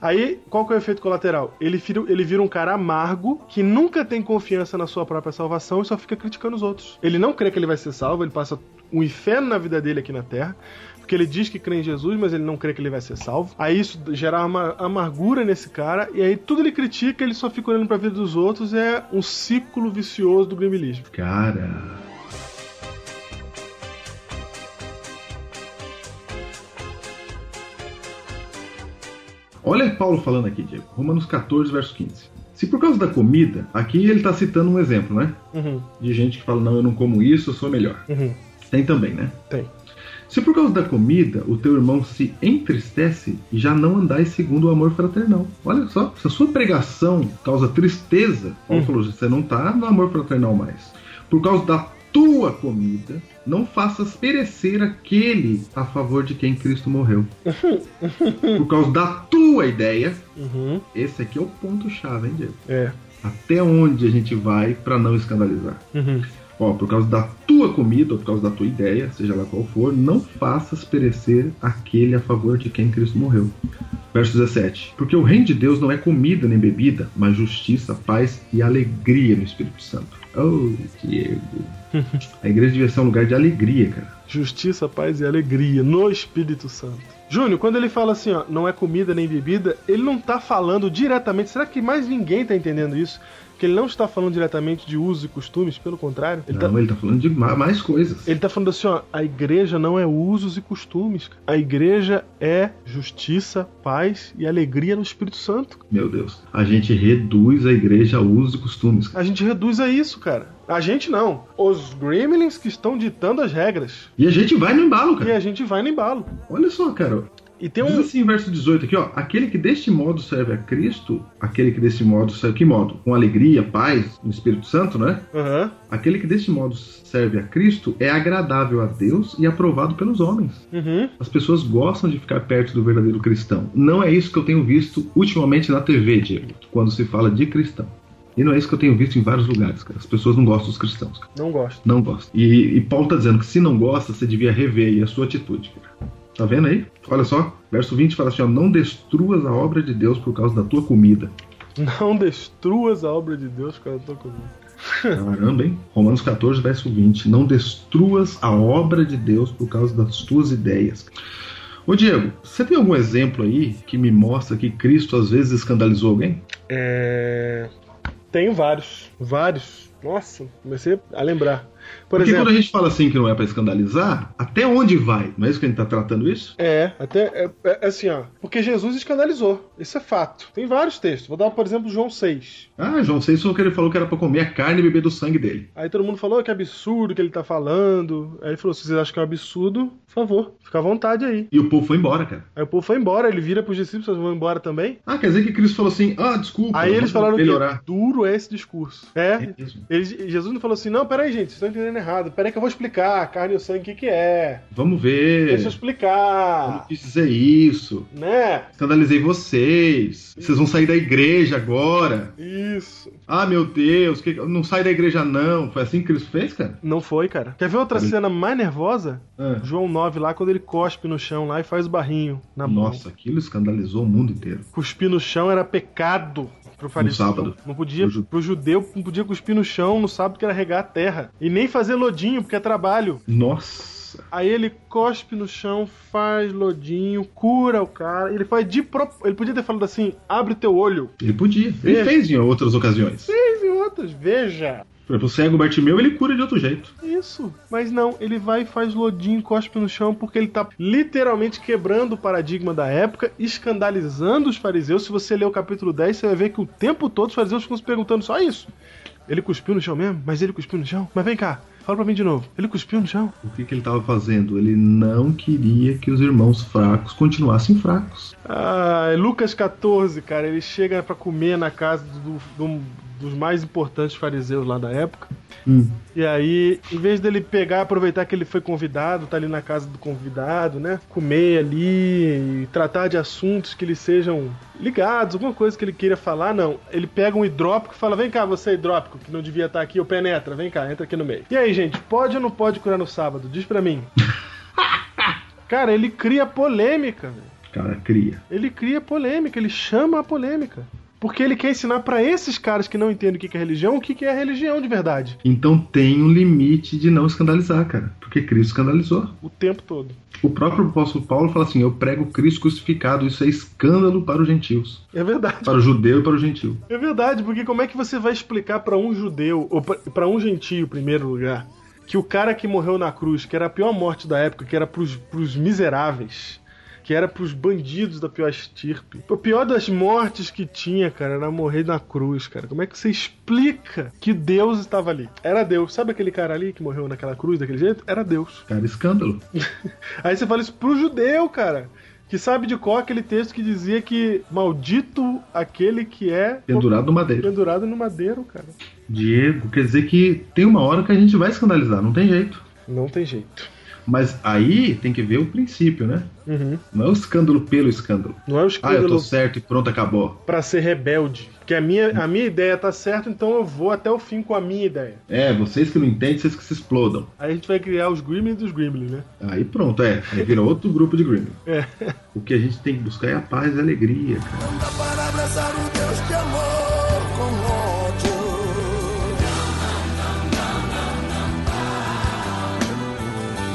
Speaker 3: aí qual que é o efeito colateral? Ele vira, ele vira um cara amargo que nunca tem confiança na sua própria salvação e só fica criticando os outros. Ele não crê que ele vai ser salvo, ele passa um inferno na vida dele aqui na Terra. Porque ele diz que crê em Jesus, mas ele não crê que ele vai ser salvo. Aí isso gera uma amargura nesse cara, e aí tudo ele critica, ele só fica olhando pra vida dos outros, é um ciclo vicioso do gremilismo.
Speaker 2: Cara. Olha Paulo falando aqui, Diego. Romanos 14, verso 15. Se por causa da comida, aqui ele tá citando um exemplo, né?
Speaker 3: Uhum,
Speaker 2: De gente que fala, não, eu não como isso, eu sou melhor.
Speaker 3: uhum,
Speaker 2: Tem também, né?
Speaker 3: tem.
Speaker 2: Se por causa da comida o teu irmão se entristece, já não andais segundo o amor fraternal. Olha só, se a sua pregação causa tristeza, Paulo
Speaker 3: Uhum.
Speaker 2: falou, você não tá no amor fraternal mais. Por causa da tua comida, não faças perecer aquele a favor de quem Cristo morreu. por causa da tua ideia,
Speaker 3: Uhum,
Speaker 2: esse aqui é o ponto-chave, hein, Diego?
Speaker 3: é.
Speaker 2: Até onde a gente vai para não escandalizar?
Speaker 3: Uhum,
Speaker 2: Ó, por causa da tua comida, ou por causa da tua ideia, seja lá qual for, não faças perecer aquele a favor de quem Cristo morreu. Verso 17. Porque o reino de Deus não é comida nem bebida, mas justiça, paz e alegria no Espírito Santo. Oh, Diego. A igreja devia ser um lugar de alegria, cara.
Speaker 3: Justiça, paz e alegria no Espírito Santo. Júnior, quando ele fala assim, ó, não é comida nem bebida, ele não tá falando diretamente. Será que mais ninguém tá entendendo isso? Que ele não está falando diretamente de usos e costumes, pelo contrário. Ele tá,
Speaker 2: Não, ele tá falando de ma- mais coisas.
Speaker 3: Ele tá falando assim, ó, a igreja não é usos e costumes. cara. A igreja é justiça, paz e alegria no Espírito Santo.
Speaker 2: Meu Deus. A gente reduz a igreja a usos e costumes. cara.
Speaker 3: A gente reduz a isso, cara. A gente não. Os gremlins que estão ditando as regras.
Speaker 2: E a gente vai no embalo,
Speaker 3: E
Speaker 2: cara.
Speaker 3: a gente vai no embalo.
Speaker 2: Olha só, cara.
Speaker 3: E tem
Speaker 2: Diz <laughs>
Speaker 3: um...
Speaker 2: assim, verso 18 aqui, ó. Aquele que deste modo serve a Cristo, aquele que deste modo serve. Que modo? Com alegria, paz, no Espírito Santo, né?
Speaker 3: Aham.
Speaker 2: Aquele que deste modo serve a Cristo é agradável a Deus e aprovado pelos homens.
Speaker 3: Uhum.
Speaker 2: As pessoas gostam de ficar perto do verdadeiro cristão. Não é isso que eu tenho visto ultimamente na TV, Diego, quando se fala de cristão. E não é isso que eu tenho visto em vários lugares, cara. As pessoas não gostam dos cristãos, cara.
Speaker 3: Não gosto.
Speaker 2: Não gostam. E, e Paulo tá dizendo que se não gosta, você devia rever aí a sua atitude, cara. Tá vendo aí? Olha só, verso 20 fala assim, ó, não destruas a obra de Deus por causa da tua comida.
Speaker 3: Não destruas a obra de Deus, cara. Eu tô com...
Speaker 2: Caramba, hein? Romanos 14, verso 20. Não destruas a obra de Deus por causa das tuas ideias. Ô Diego, você tem algum exemplo aí que me mostra que Cristo às vezes escandalizou alguém?
Speaker 3: É... Tenho vários. Vários. Nossa, comecei a lembrar. Por
Speaker 2: Porque
Speaker 3: exemplo,
Speaker 2: quando a gente fala assim que não é pra escandalizar, até onde vai? Não é isso que a gente tá tratando isso?
Speaker 3: É, até é, é assim, ó. Porque Jesus escandalizou. Isso é fato. Tem vários textos. Vou dar, por exemplo, João 6.
Speaker 2: Ah, João Seixas que ele falou que era pra comer a carne e beber do sangue dele.
Speaker 3: Aí todo mundo falou "Oh, que absurdo que ele tá falando. Aí ele falou: se vocês acham que é um absurdo, por favor, fica à vontade aí.
Speaker 2: E o povo foi embora, cara.
Speaker 3: Aí o povo foi embora, ele vira pros discípulos, vocês vão embora também.
Speaker 2: Ah, quer dizer que Cristo falou assim, ah, desculpa.
Speaker 3: Aí eles
Speaker 2: vamos
Speaker 3: falaram
Speaker 2: melhorar.
Speaker 3: que duro é esse discurso. É.
Speaker 2: É mesmo.
Speaker 3: Eles- Jesus não falou assim, não, peraí, gente, vocês estão entendendo errado. Peraí que eu vou explicar a carne e o sangue o que, que é.
Speaker 2: Vamos ver.
Speaker 3: Deixa eu
Speaker 2: Eu não
Speaker 3: explicar.
Speaker 2: quis dizer isso.
Speaker 3: Né?
Speaker 2: Escandalizei vocês. Vocês vão sair da igreja agora.
Speaker 3: Isso.
Speaker 2: Ah, meu Deus, que... não sai da igreja não. Foi assim que Cristo fez, cara?
Speaker 3: Não foi, cara. Quer ver outra
Speaker 2: Hum.
Speaker 3: cena mais nervosa?
Speaker 2: Ah.
Speaker 3: João 9 lá, quando ele cospe no chão lá e faz o barrinho na mão.
Speaker 2: Tá Nossa, aquilo escandalizou o mundo inteiro.
Speaker 3: Cuspir no chão era pecado pro fariseu.
Speaker 2: sábado.
Speaker 3: Não podia,
Speaker 2: Pro ju-
Speaker 3: pro judeu, não podia cuspir no chão no sábado que era regar a terra. E nem fazer lodinho, porque é trabalho.
Speaker 2: Nossa.
Speaker 3: Aí ele cospe no chão, faz lodinho, cura o cara. Ele faz de pro... Ele podia ter falado assim: abre teu olho.
Speaker 2: Ele podia. Ele
Speaker 3: É.
Speaker 2: fez em outras ocasiões.
Speaker 3: Fez em outras, veja.
Speaker 2: Por exemplo, o cego Bartimeu, ele cura de outro jeito.
Speaker 3: Isso. Mas não, ele vai e faz lodinho, cospe no chão, porque ele tá literalmente quebrando o paradigma da época, escandalizando os fariseus. Se você ler o capítulo 10, você vai ver que o tempo todo os fariseus ficam se perguntando só isso. Ele cuspiu no chão mesmo? Mas ele cuspiu no chão? Mas vem cá, fala pra mim de novo. Ele cuspiu no chão?
Speaker 2: O que, que ele estava fazendo? Ele não queria que os irmãos fracos continuassem fracos.
Speaker 3: Ah, Lucas 14, cara, ele chega pra comer na casa do- do- dos mais importantes fariseus lá da época. E aí, em vez dele pegar, aproveitar que ele foi convidado, tá ali na casa do convidado, né? Comer ali e tratar de assuntos que eles sejam ligados, alguma coisa que ele queira falar, não. Ele pega um hidrópico e fala: vem cá, você é hidrópico, que não devia estar aqui, eu penetra, vem cá, entra aqui no meio. E aí, gente, pode ou não pode curar no sábado? Diz pra mim. Cara, ele cria polêmica, velho
Speaker 2: Cara, cria.
Speaker 3: ele cria polêmica, ele chama a polêmica. Porque ele quer ensinar pra esses caras que não entendem o que que é religião, o que que é religião de verdade.
Speaker 2: Então tem um limite de não escandalizar, cara. Porque Cristo escandalizou.
Speaker 3: O tempo todo.
Speaker 2: O próprio apóstolo Paulo fala assim: Eu prego Cristo crucificado. Isso é escândalo para os gentios.
Speaker 3: É verdade,
Speaker 2: Para o judeu e para o gentio.
Speaker 3: é verdade, porque como é que você vai explicar pra um judeu, ou pra- pra um gentio, em primeiro lugar, que o cara que morreu na cruz, que era a pior morte da época, que era pros, pros miseráveis, que era pros bandidos da pior estirpe. O pior das mortes que tinha, cara, era morrer na cruz, cara. Como é que você explica que Deus estava ali? Era Deus. Sabe aquele cara ali que morreu naquela cruz daquele jeito? Era Deus.
Speaker 2: Cara, escândalo.
Speaker 3: Aí você fala isso pro judeu, cara. Que sabe de qual aquele texto que dizia que maldito aquele que é
Speaker 2: Pendurado no madeiro.
Speaker 3: pendurado no madeiro, cara.
Speaker 2: Diego, quer dizer que tem uma hora que a gente vai escandalizar. Não tem jeito.
Speaker 3: Não tem jeito.
Speaker 2: Mas aí tem que ver o princípio, né? Não é o escândalo pelo escândalo.
Speaker 3: Não é o
Speaker 2: Ah, eu
Speaker 3: escândalo
Speaker 2: tô certo e pronto, acabou.
Speaker 3: pra ser rebelde. Porque a minha, a minha ideia tá certa, então eu vou até o fim com a minha ideia.
Speaker 2: É, vocês que não entendem, vocês que se explodam.
Speaker 3: Aí a gente vai criar os Gremlins dos Gremlins, né?
Speaker 2: Aí pronto, é. Aí vira outro grupo de Gremlin.
Speaker 3: É.
Speaker 2: O que a gente tem que buscar é a paz e a alegria, cara.
Speaker 4: Anda para abraçar o Deus de amor com ódio.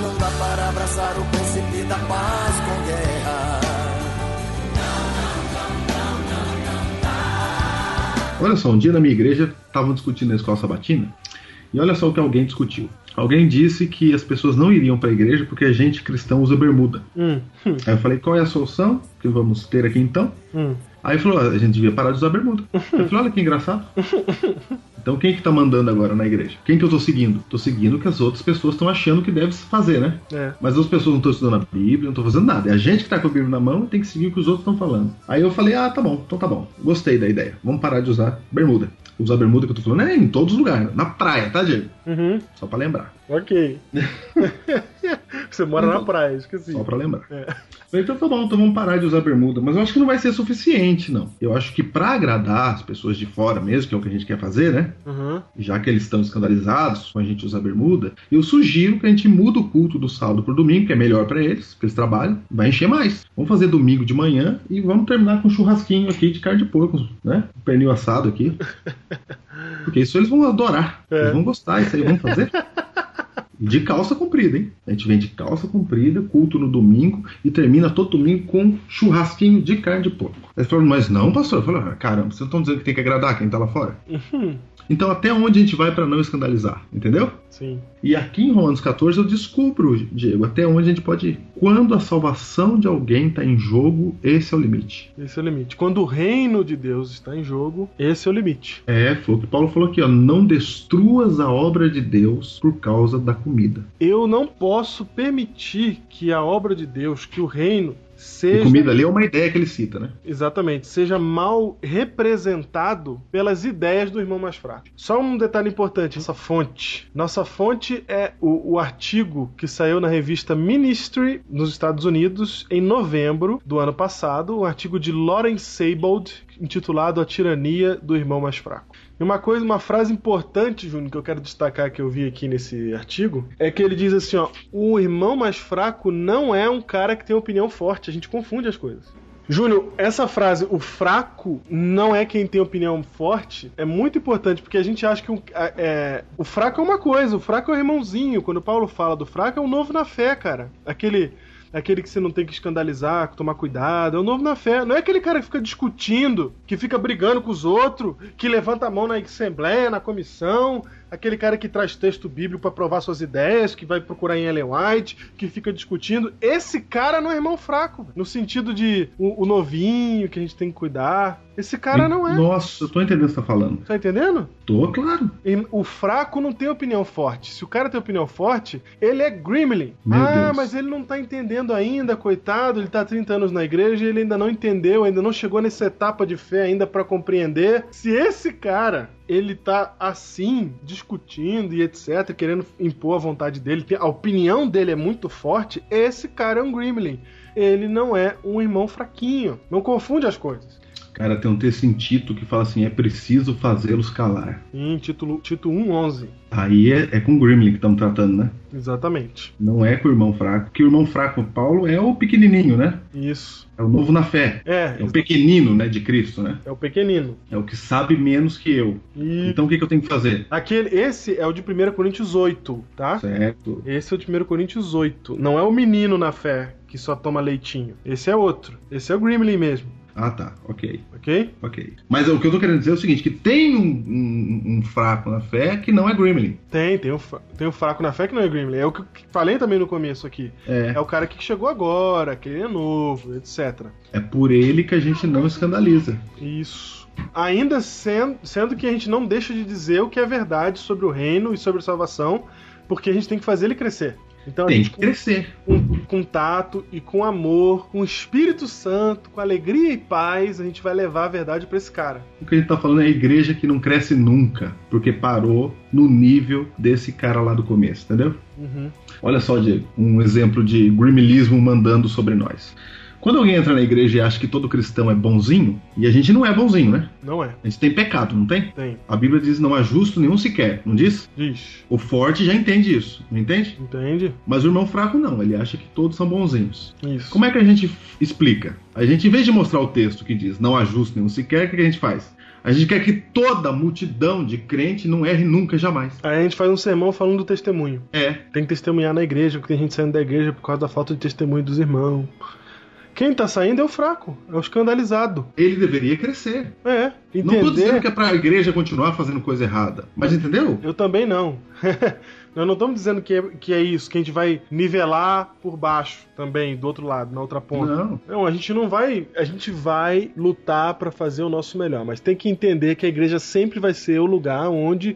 Speaker 4: Não dá para abraçar o príncipe da paz com guerra.
Speaker 2: Olha só, um dia na minha igreja estavam discutindo na escola sabatina. E olha só o que alguém discutiu. Alguém disse que as pessoas não iriam pra igreja porque a gente cristão usa bermuda.
Speaker 3: Hum,
Speaker 2: Aí eu falei, qual é a solução que vamos ter aqui então?
Speaker 3: hum.
Speaker 2: Aí ele falou, "Ah, a gente devia parar de usar bermuda. Eu falei, olha que engraçado. Então quem que tá mandando agora na igreja? Quem que eu tô seguindo? Tô seguindo o que as outras pessoas estão achando que deve se fazer, né?
Speaker 3: É.
Speaker 2: Mas as pessoas não estão estudando a Bíblia, não estão fazendo nada. É a gente que tá com a Bíblia na mão e tem que seguir o que os outros estão falando. Aí eu falei, ah, tá bom, então tá bom. Gostei da ideia. Vamos parar de usar bermuda. Usar bermuda que eu tô falando é em todos os lugares. Na praia, tá, Diego?
Speaker 3: Uhum.
Speaker 2: Só pra lembrar.
Speaker 3: Ok. <laughs> Você mora na praia, esqueci.
Speaker 2: Só pra lembrar.
Speaker 3: É.
Speaker 2: Falei, Então tá bom, então vamos parar de usar bermuda. Mas eu acho que não vai ser suficiente, não. Eu acho que pra agradar as pessoas de fora mesmo, que é o que a gente quer fazer, né?
Speaker 3: Uhum.
Speaker 2: já que eles estão escandalizados com a gente usar bermuda, eu sugiro que a gente muda o culto do sábado pro domingo, que é melhor para eles, porque eles trabalham, vai encher mais. Vamos fazer domingo de manhã e vamos terminar com um churrasquinho aqui de carne de porco, né? Um pernil assado aqui. Porque isso eles vão adorar,
Speaker 3: É.
Speaker 2: eles vão gostar, isso aí vamos fazer. de calça comprida, hein? A gente vem de calça comprida, culto no domingo e termina todo domingo com churrasquinho de carne de porco. Eles falaram, mas não, pastor. Eu falei, ah, caramba, vocês não estão dizendo que tem que agradar quem tá lá fora? Então, até onde a gente vai para não escandalizar, entendeu?
Speaker 3: Sim.
Speaker 2: E aqui em Romanos 14 eu descubro, Diego, até onde a gente pode ir. Quando a salvação de alguém está em jogo, esse é o limite.
Speaker 3: Esse é o limite. Quando o reino de Deus está em jogo, esse é o limite.
Speaker 2: É, foi o que Paulo falou aqui, ó. Não destruas a obra de Deus por causa da comida.
Speaker 3: Eu não posso permitir que a obra de Deus, que o reino,
Speaker 2: E
Speaker 3: seja
Speaker 2: comida ali é uma ideia que ele cita, né?
Speaker 3: Exatamente, seja mal representado pelas ideias do irmão mais fraco. Só um detalhe importante: nossa fonte. Nossa fonte é o, o artigo que saiu na revista Ministry nos Estados Unidos em novembro do ano passado, um artigo de Lauren Seibold intitulado A Tirania do Irmão Mais Fraco. E uma coisa, uma frase importante, Júnior, que eu quero destacar que eu vi aqui nesse artigo, é que ele diz assim, ó, o irmão mais fraco não é um cara que tem opinião forte, a gente confunde as coisas. Júnior, essa frase, o fraco não é quem tem opinião forte, é muito importante, porque a gente acha que um- a- é, o fraco é uma coisa, o fraco é o irmãozinho. Quando o Paulo fala do fraco, é o novo na fé, cara. Aquele, É aquele que você não tem que escandalizar, que tomar cuidado, é o novo na fé. Não é aquele cara que fica discutindo, que fica brigando com os outros, que levanta a mão na assembleia, na comissão, aquele cara que traz texto bíblico pra provar suas ideias, que vai procurar em Ellen White, que fica discutindo. Esse cara não é irmão fraco, no sentido de o, o novinho que a gente tem que cuidar. Esse cara não é.
Speaker 2: Nossa, eu tô entendendo o que você tá falando.
Speaker 3: Tá entendendo?
Speaker 2: Tô, claro.
Speaker 3: E O fraco não tem opinião forte. Se o cara tem opinião forte, ele é gremlin.
Speaker 2: Meu
Speaker 3: ah,
Speaker 2: Deus.
Speaker 3: mas ele não tá entendendo ainda, coitado. Ele tá há 30 anos na igreja e ele ainda não entendeu, ainda não chegou nessa etapa de fé ainda pra compreender. Se esse cara, ele tá assim, discutindo e etc, querendo impor a vontade dele, tem- a opinião dele é muito forte, esse cara é um gremlin. Ele não é um irmão fraquinho. Não confunde as coisas.
Speaker 2: Cara, tem um texto em Tito que fala assim: é preciso fazê-los calar.
Speaker 3: Em título, título 1.11.
Speaker 2: Aí é, é com o Gremlin que estamos tratando, né?
Speaker 3: Exatamente.
Speaker 2: Não é com o irmão fraco. Porque o irmão fraco, Paulo, é o pequenininho, né?
Speaker 3: Isso.
Speaker 2: É o novo na fé.
Speaker 3: É,
Speaker 2: É o pequenino, né, de Cristo, né?
Speaker 3: É o pequenino.
Speaker 2: É o que sabe menos que eu.
Speaker 3: E
Speaker 2: Então o que, que eu tenho que fazer?
Speaker 3: aquele, esse é o de 1 Coríntios 8, tá?
Speaker 2: Certo.
Speaker 3: Esse é o de 1 Coríntios 8. Não é o menino na fé que só toma leitinho. Esse é outro. Esse é o Grimlin mesmo,
Speaker 2: Ah, tá. Ok.
Speaker 3: ok?
Speaker 2: Ok. Mas o que eu tô querendo dizer é o seguinte: que tem um, um- um fraco na fé que não é Gremlin.
Speaker 3: Tem, tem o, fra- tem o fraco na fé que não é Grimlin. É o que eu falei também no começo aqui.
Speaker 2: É.
Speaker 3: É o cara que chegou agora, que ele é novo, etc.
Speaker 2: É por ele que a gente não escandaliza.
Speaker 3: Isso. Ainda sendo, sendo que a gente não deixa de dizer o que é verdade sobre o reino e sobre a salvação, porque a gente tem que fazer ele crescer. Então a
Speaker 2: Tem
Speaker 3: gente
Speaker 2: que crescer.
Speaker 3: com, com tato e com amor, com Espírito Santo, com alegria e paz, a gente vai levar a verdade pra esse cara.
Speaker 2: O que a gente tá falando é a igreja que não cresce nunca, porque parou no nível desse cara lá do começo, entendeu? Olha só, Diego, um exemplo de grimilismo mandando sobre nós. Quando alguém entra na igreja e acha que todo cristão é bonzinho, e a gente não é bonzinho, né?
Speaker 3: Não é?
Speaker 2: A gente tem pecado, não tem?
Speaker 3: Tem.
Speaker 2: A Bíblia diz não há justo nenhum sequer, não diz?
Speaker 3: Diz.
Speaker 2: O forte já entende isso, não entende?
Speaker 3: Entende?
Speaker 2: Mas o irmão fraco não, ele acha que todos são bonzinhos.
Speaker 3: Isso.
Speaker 2: Como é que a gente explica? A gente, em vez de mostrar o texto que diz não há justo nenhum sequer, o que que a gente faz? A gente quer que toda a multidão de crente não erre nunca, jamais.
Speaker 3: Aí a gente faz um sermão falando do testemunho.
Speaker 2: É,
Speaker 3: Tem que testemunhar na igreja, porque tem gente saindo da igreja por causa da falta de testemunho dos irmãos. Quem tá saindo é o fraco, é o escandalizado.
Speaker 2: ele deveria crescer.
Speaker 3: É.
Speaker 2: Não tô dizendo
Speaker 3: Entender?
Speaker 2: que é pra igreja continuar fazendo coisa errada, mas entendeu?
Speaker 3: Eu também não. <laughs> Nós não estamos dizendo que é, que é isso, que a gente vai nivelar por baixo também, do outro lado, na outra ponta.
Speaker 2: Não.
Speaker 3: Não, a gente não vai, a gente vai lutar pra fazer o nosso melhor, mas tem que entender que a igreja sempre vai ser o lugar onde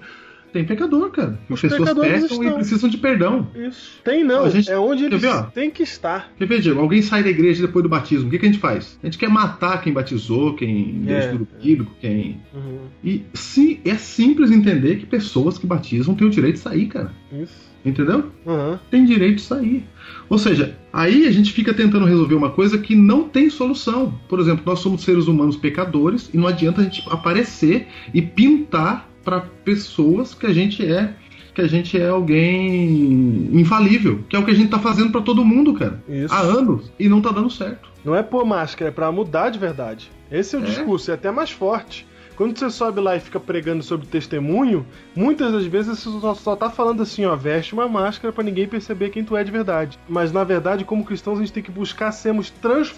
Speaker 2: Tem pecador, cara. As
Speaker 3: Os
Speaker 2: pessoas
Speaker 3: pecadores
Speaker 2: pecam e
Speaker 3: estão.
Speaker 2: precisam de perdão.
Speaker 3: isso tem não,
Speaker 2: A gente-
Speaker 3: é onde
Speaker 2: Quer
Speaker 3: eles
Speaker 2: ver, ó?
Speaker 3: têm que estar.
Speaker 2: Quer ver, Diego? Alguém sai da igreja depois do batismo. O que, que a gente faz? A gente quer matar quem batizou, quem deu
Speaker 3: É.
Speaker 2: estudo bíblico, quem.
Speaker 3: Uhum.
Speaker 2: E se é simples entender que pessoas que batizam têm o direito de sair, cara.
Speaker 3: Isso. Uhum.
Speaker 2: Entendeu?
Speaker 3: Aham.
Speaker 2: Tem direito de sair. Ou seja, aí a gente fica tentando resolver uma coisa que não tem solução. Por exemplo, nós somos seres humanos pecadores e não adianta a gente aparecer e pintar para pessoas que a gente é que a gente é alguém infalível, que é o que a gente tá fazendo para todo mundo, cara.
Speaker 3: Isso.
Speaker 2: Há anos e não tá dando certo.
Speaker 3: Não é pôr máscara, é pra mudar de verdade. Esse é o
Speaker 2: É.
Speaker 3: discurso, é até mais forte. Quando você sobe lá e fica pregando sobre testemunho, muitas das vezes você só, só tá falando assim, ó, veste uma máscara pra ninguém perceber quem tu é de verdade. Mas na verdade, como cristãos, a gente tem que buscar sermos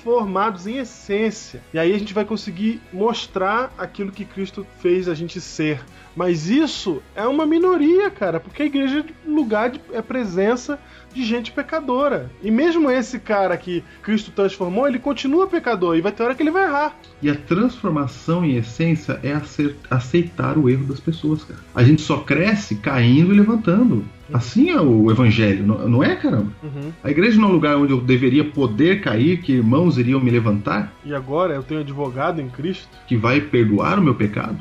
Speaker 3: transformados em essência. E aí a gente vai conseguir mostrar aquilo que Cristo fez a gente ser. Mas isso é uma minoria, cara, porque a igreja é lugar de, é presença de gente pecadora. E mesmo esse cara que Cristo transformou, ele continua pecador e vai ter hora que ele vai errar.
Speaker 2: E a transformação em essência é acer- aceitar o erro das pessoas, cara. A gente só cresce caindo e levantando. Assim é o evangelho, não não é, caramba?
Speaker 3: Uhum.
Speaker 2: A igreja não é um lugar onde eu deveria poder cair, que irmãos iriam me levantar,
Speaker 3: E agora eu tenho advogado em Cristo.
Speaker 2: que vai perdoar o meu pecado.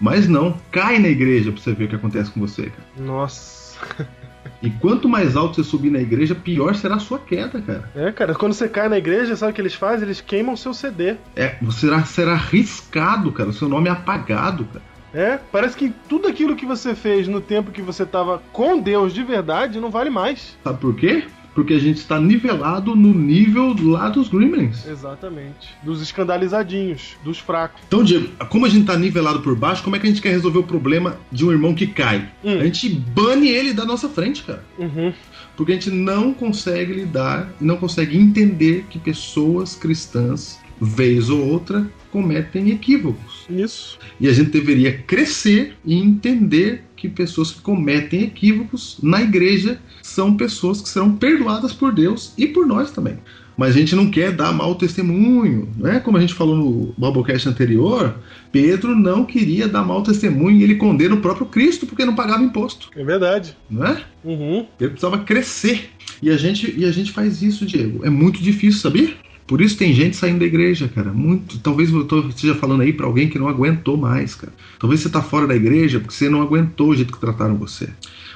Speaker 2: Mas não, cai na igreja pra você ver o que acontece com você, cara.
Speaker 3: Nossa.
Speaker 2: E quanto mais alto você subir na igreja, pior será a sua queda, cara.
Speaker 3: É, cara, quando você cai na igreja, sabe o que eles fazem? Eles queimam seu CD.
Speaker 2: É, você será, será riscado, cara. O seu nome é apagado, cara.
Speaker 3: É, parece que tudo aquilo que você fez no tempo que você tava com Deus de verdade não vale mais.
Speaker 2: Sabe por quê? Porque a gente está nivelado no nível lá dos Gremlins.
Speaker 3: Exatamente. Dos escandalizadinhos, dos fracos.
Speaker 2: Então, Diego, como a gente tá nivelado por baixo, como é que a gente quer resolver o problema de um irmão que cai?
Speaker 3: Hum.
Speaker 2: A gente bane ele da nossa frente, cara.
Speaker 3: Uhum.
Speaker 2: Porque a gente não consegue lidar, não consegue entender que pessoas cristãs, vez ou outra, cometem equívocos.
Speaker 3: Isso.
Speaker 2: E a gente deveria crescer e entender que pessoas que cometem equívocos na igreja são pessoas que serão perdoadas por Deus e por nós também. Mas a gente não quer dar mau testemunho, né? Como a gente falou no Babocast anterior, Pedro não queria dar mau testemunho e ele condena o próprio Cristo porque não pagava imposto,
Speaker 3: É verdade.
Speaker 2: não é?
Speaker 3: Uhum.
Speaker 2: Ele precisava crescer. E a gente, e a gente faz isso, Diego. É muito difícil, sabia? Por isso tem gente saindo da igreja, cara. Muito. Talvez eu tô- esteja falando aí pra alguém que não aguentou mais, cara. Talvez você tá fora da igreja porque você não aguentou o jeito que trataram você.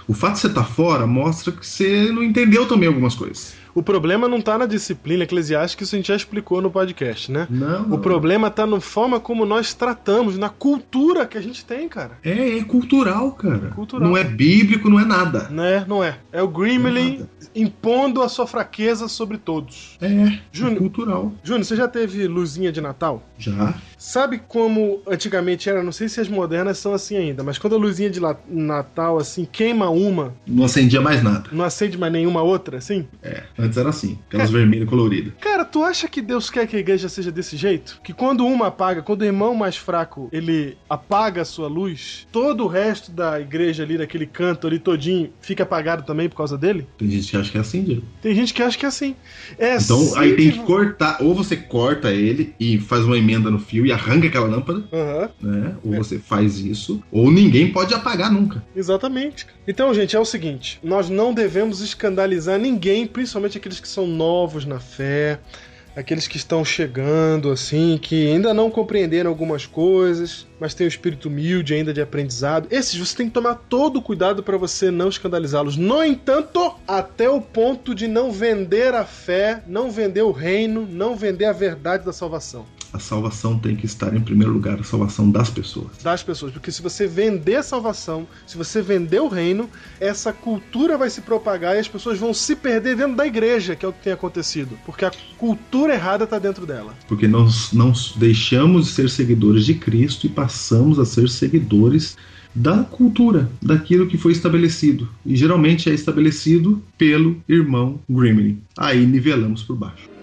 Speaker 2: O fato de você estar fora mostra que você não entendeu também algumas coisas.
Speaker 3: O problema não tá na disciplina eclesiástica, isso a gente já explicou no podcast, né?
Speaker 2: Não.
Speaker 3: O problema tá na forma como nós tratamos, na cultura que a gente tem, cara.
Speaker 2: É, é cultural, cara.
Speaker 3: É cultural.
Speaker 2: Não é bíblico, não é nada.
Speaker 3: Não é, não é. É o Gremlin impondo a sua fraqueza sobre todos.
Speaker 2: É, é
Speaker 3: Júnior.
Speaker 2: cultural.
Speaker 3: Júnior, você já teve luzinha de Natal?
Speaker 2: Já.
Speaker 3: Sabe como antigamente era? Não sei se as modernas são assim ainda, mas quando a luzinha de la- Natal, assim, queima uma,
Speaker 2: Não acendia mais nada.
Speaker 3: não acende mais nenhuma outra, assim?
Speaker 2: É. Antes era assim, aquelas vermelhas coloridas.
Speaker 3: Cara, tu acha que Deus quer que a igreja seja desse jeito? Que quando uma apaga, quando o irmão mais fraco, ele apaga a sua luz, todo o resto da igreja ali, daquele canto ali todinho, fica apagado também por causa dele?
Speaker 2: Tem gente que acha que é assim, Diego.
Speaker 3: Tem gente que acha que é assim. É
Speaker 2: Então
Speaker 3: assim
Speaker 2: aí tem que cortar, ou você corta ele e faz uma emenda no fio e arranca aquela lâmpada,
Speaker 3: Aham,
Speaker 2: né? Ou você faz isso, ou ninguém pode apagar nunca.
Speaker 3: exatamente. Então, gente, é o seguinte: nós não devemos escandalizar ninguém, principalmente aqueles que são novos na fé, aqueles que estão chegando, assim, que ainda não compreenderam algumas coisas, mas têm o espírito humilde ainda de aprendizado. Esses você tem que tomar todo o cuidado para você não escandalizá-los. No entanto, até o ponto de não vender a fé, não vender o reino, não vender a verdade da salvação.
Speaker 2: A salvação tem que estar em primeiro lugar, a salvação das pessoas.
Speaker 3: das pessoas. Porque se você vender a salvação, se você vender o reino, essa cultura vai se propagar e as pessoas vão se perder dentro da igreja, que é o que tem acontecido. Porque a cultura errada tá dentro dela.
Speaker 2: Porque nós não deixamos de ser seguidores de Cristo e passamos a ser seguidores da cultura, daquilo que foi estabelecido. E geralmente é estabelecido pelo irmão Grimlin. Aí nivelamos por baixo.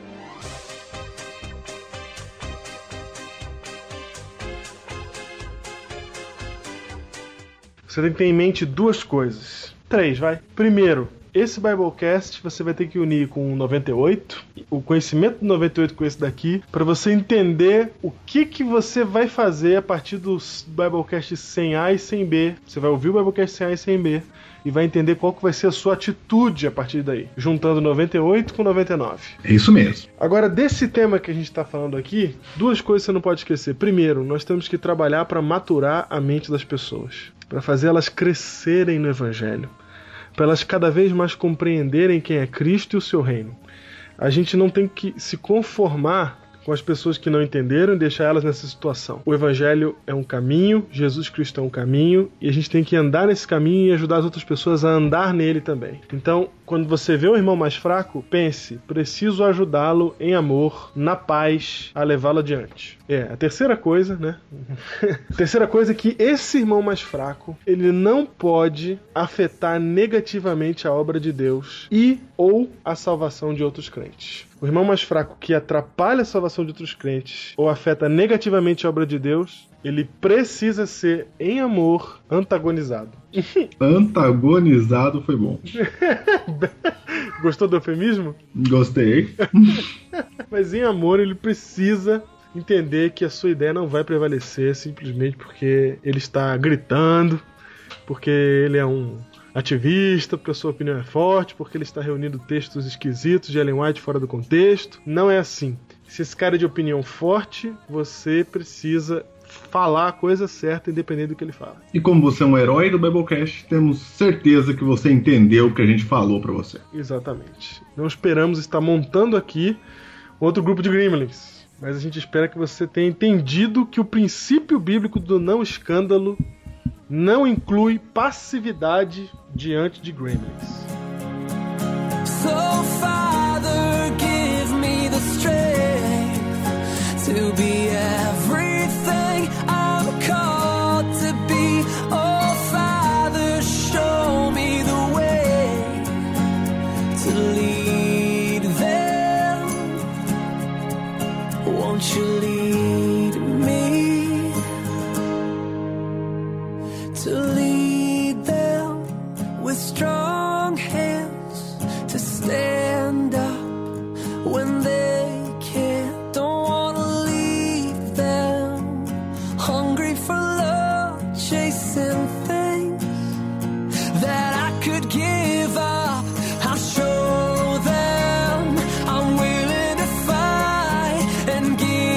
Speaker 3: Você tem que ter em mente duas coisas. Três, vai. Primeiro, esse Biblecast você vai ter que unir com o 98, o conhecimento do 98 com esse daqui, para você entender o que que você vai fazer a partir do Biblecast 100A e 100B. Você vai ouvir o Biblecast 100A e 100B e vai entender qual que vai ser a sua atitude a partir daí, juntando 98 com 99.
Speaker 2: É isso mesmo.
Speaker 3: Agora, desse tema que a gente está falando aqui, duas coisas você não pode esquecer. Primeiro, nós temos que trabalhar para maturar a mente das pessoas, para fazer elas crescerem no Evangelho, para elas cada vez mais compreenderem quem é Cristo e o seu reino. A gente não tem que se conformar com as pessoas que não entenderam e deixar elas nessa situação. O Evangelho é um caminho, Jesus Cristo é um caminho, e a gente tem que andar nesse caminho e ajudar as outras pessoas a andar nele também. Então, quando você vê um irmão mais fraco, pense: preciso ajudá-lo em amor, na paz, a levá-lo adiante. É, a terceira coisa, né? <laughs> a terceira coisa é que esse irmão mais fraco, ele não pode afetar negativamente a obra de Deus e ou a salvação de outros crentes. O irmão mais fraco que atrapalha a salvação de outros crentes ou afeta negativamente a obra de Deus, ele precisa ser, em amor, antagonizado.
Speaker 2: Antagonizado foi bom.
Speaker 3: Gostou do eufemismo?
Speaker 2: Gostei.
Speaker 3: Mas em amor ele precisa entender que a sua ideia não vai prevalecer simplesmente porque ele está gritando, porque ele é um ativista, porque a sua opinião é forte, porque ele está reunindo textos esquisitos de Ellen White fora do contexto. Não é assim. Se esse cara é de opinião forte, você precisa falar a coisa certa, independente do que ele fala.
Speaker 2: E como você é um herói do Biblecast, temos certeza que você entendeu o que a gente falou pra você.
Speaker 3: Exatamente. Não esperamos estar montando aqui outro grupo de gremlins. Mas a gente espera que você tenha entendido que o princípio bíblico do não escândalo não inclui passividade diante de gremlins.
Speaker 4: So, Father, give me the strength to be everything I'm called to be. Oh, Father, show me the way to lead them. Won't you lead me to lead them with strong hands to stand up? when they can't. Don't wanna leave them hungry for love, chasing things that I could give up. I'll show them I'm willing to fight and give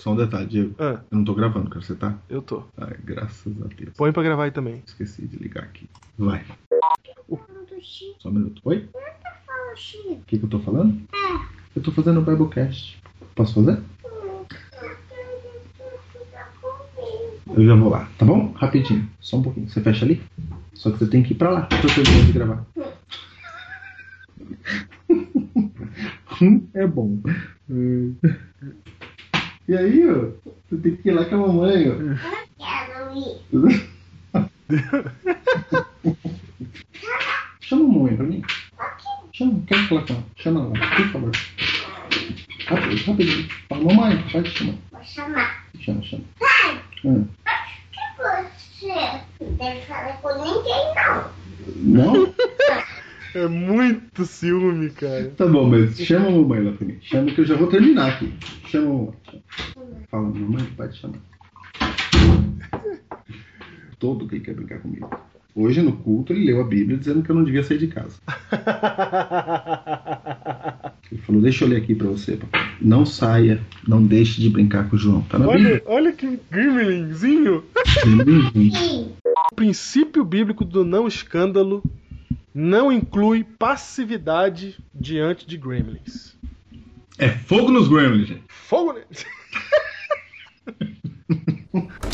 Speaker 2: Só um detalhe, Diego.
Speaker 3: Ah,
Speaker 2: Eu não tô gravando, cara. Você tá?
Speaker 3: eu tô.
Speaker 2: Ai, graças a Deus.
Speaker 3: Põe pra gravar aí também.
Speaker 2: Esqueci de ligar aqui. Vai.
Speaker 5: Fala do Chico,
Speaker 2: Só um minuto. Oi?
Speaker 5: fala Chico.
Speaker 2: O que, que eu tô falando? Eu tô fazendo o Biblecast. Posso fazer? Eu já vou lá, tá bom? Rapidinho. Só um pouquinho. Você fecha ali? Só que você tem que ir pra lá. Tô terminando de gravar. <laughs> Hum, é bom. Hum. E aí, ó? Você tem que ir lá com a mamãe, ó.
Speaker 5: Quero ir.
Speaker 2: Chama a mamãe pra mim. Chama, quero falar com ela. Chama ela, por favor. Rápido, rapidinho. Fala, mamãe, vai te chamar.
Speaker 5: Vou chamar.
Speaker 2: Chama, chama.
Speaker 5: Pai,
Speaker 2: Ah.
Speaker 5: acho que você não deve falar com ninguém, não.
Speaker 2: Não?
Speaker 3: É muito ciúme,
Speaker 2: <laughs>
Speaker 3: cara.
Speaker 2: Tá bom, mas chama a mamãe lá pra mim. Chama que eu já vou terminar aqui. Chama a mamãe. Fala, mamãe, vai te chamar. Todo quem quer brincar comigo. Hoje no culto ele leu a Bíblia dizendo que eu não devia sair de casa. Ele falou, deixa eu ler aqui pra você, papai. Não saia, não deixe de brincar com o João. Tá na Bíblia?
Speaker 3: olha, olha que gremlinzinho.
Speaker 2: Uhum.
Speaker 5: Sim.
Speaker 3: O <laughs> princípio bíblico do não escândalo não inclui passividade diante de gremlins.
Speaker 2: É fogo nos gremlins, gente.
Speaker 3: Fogo, né?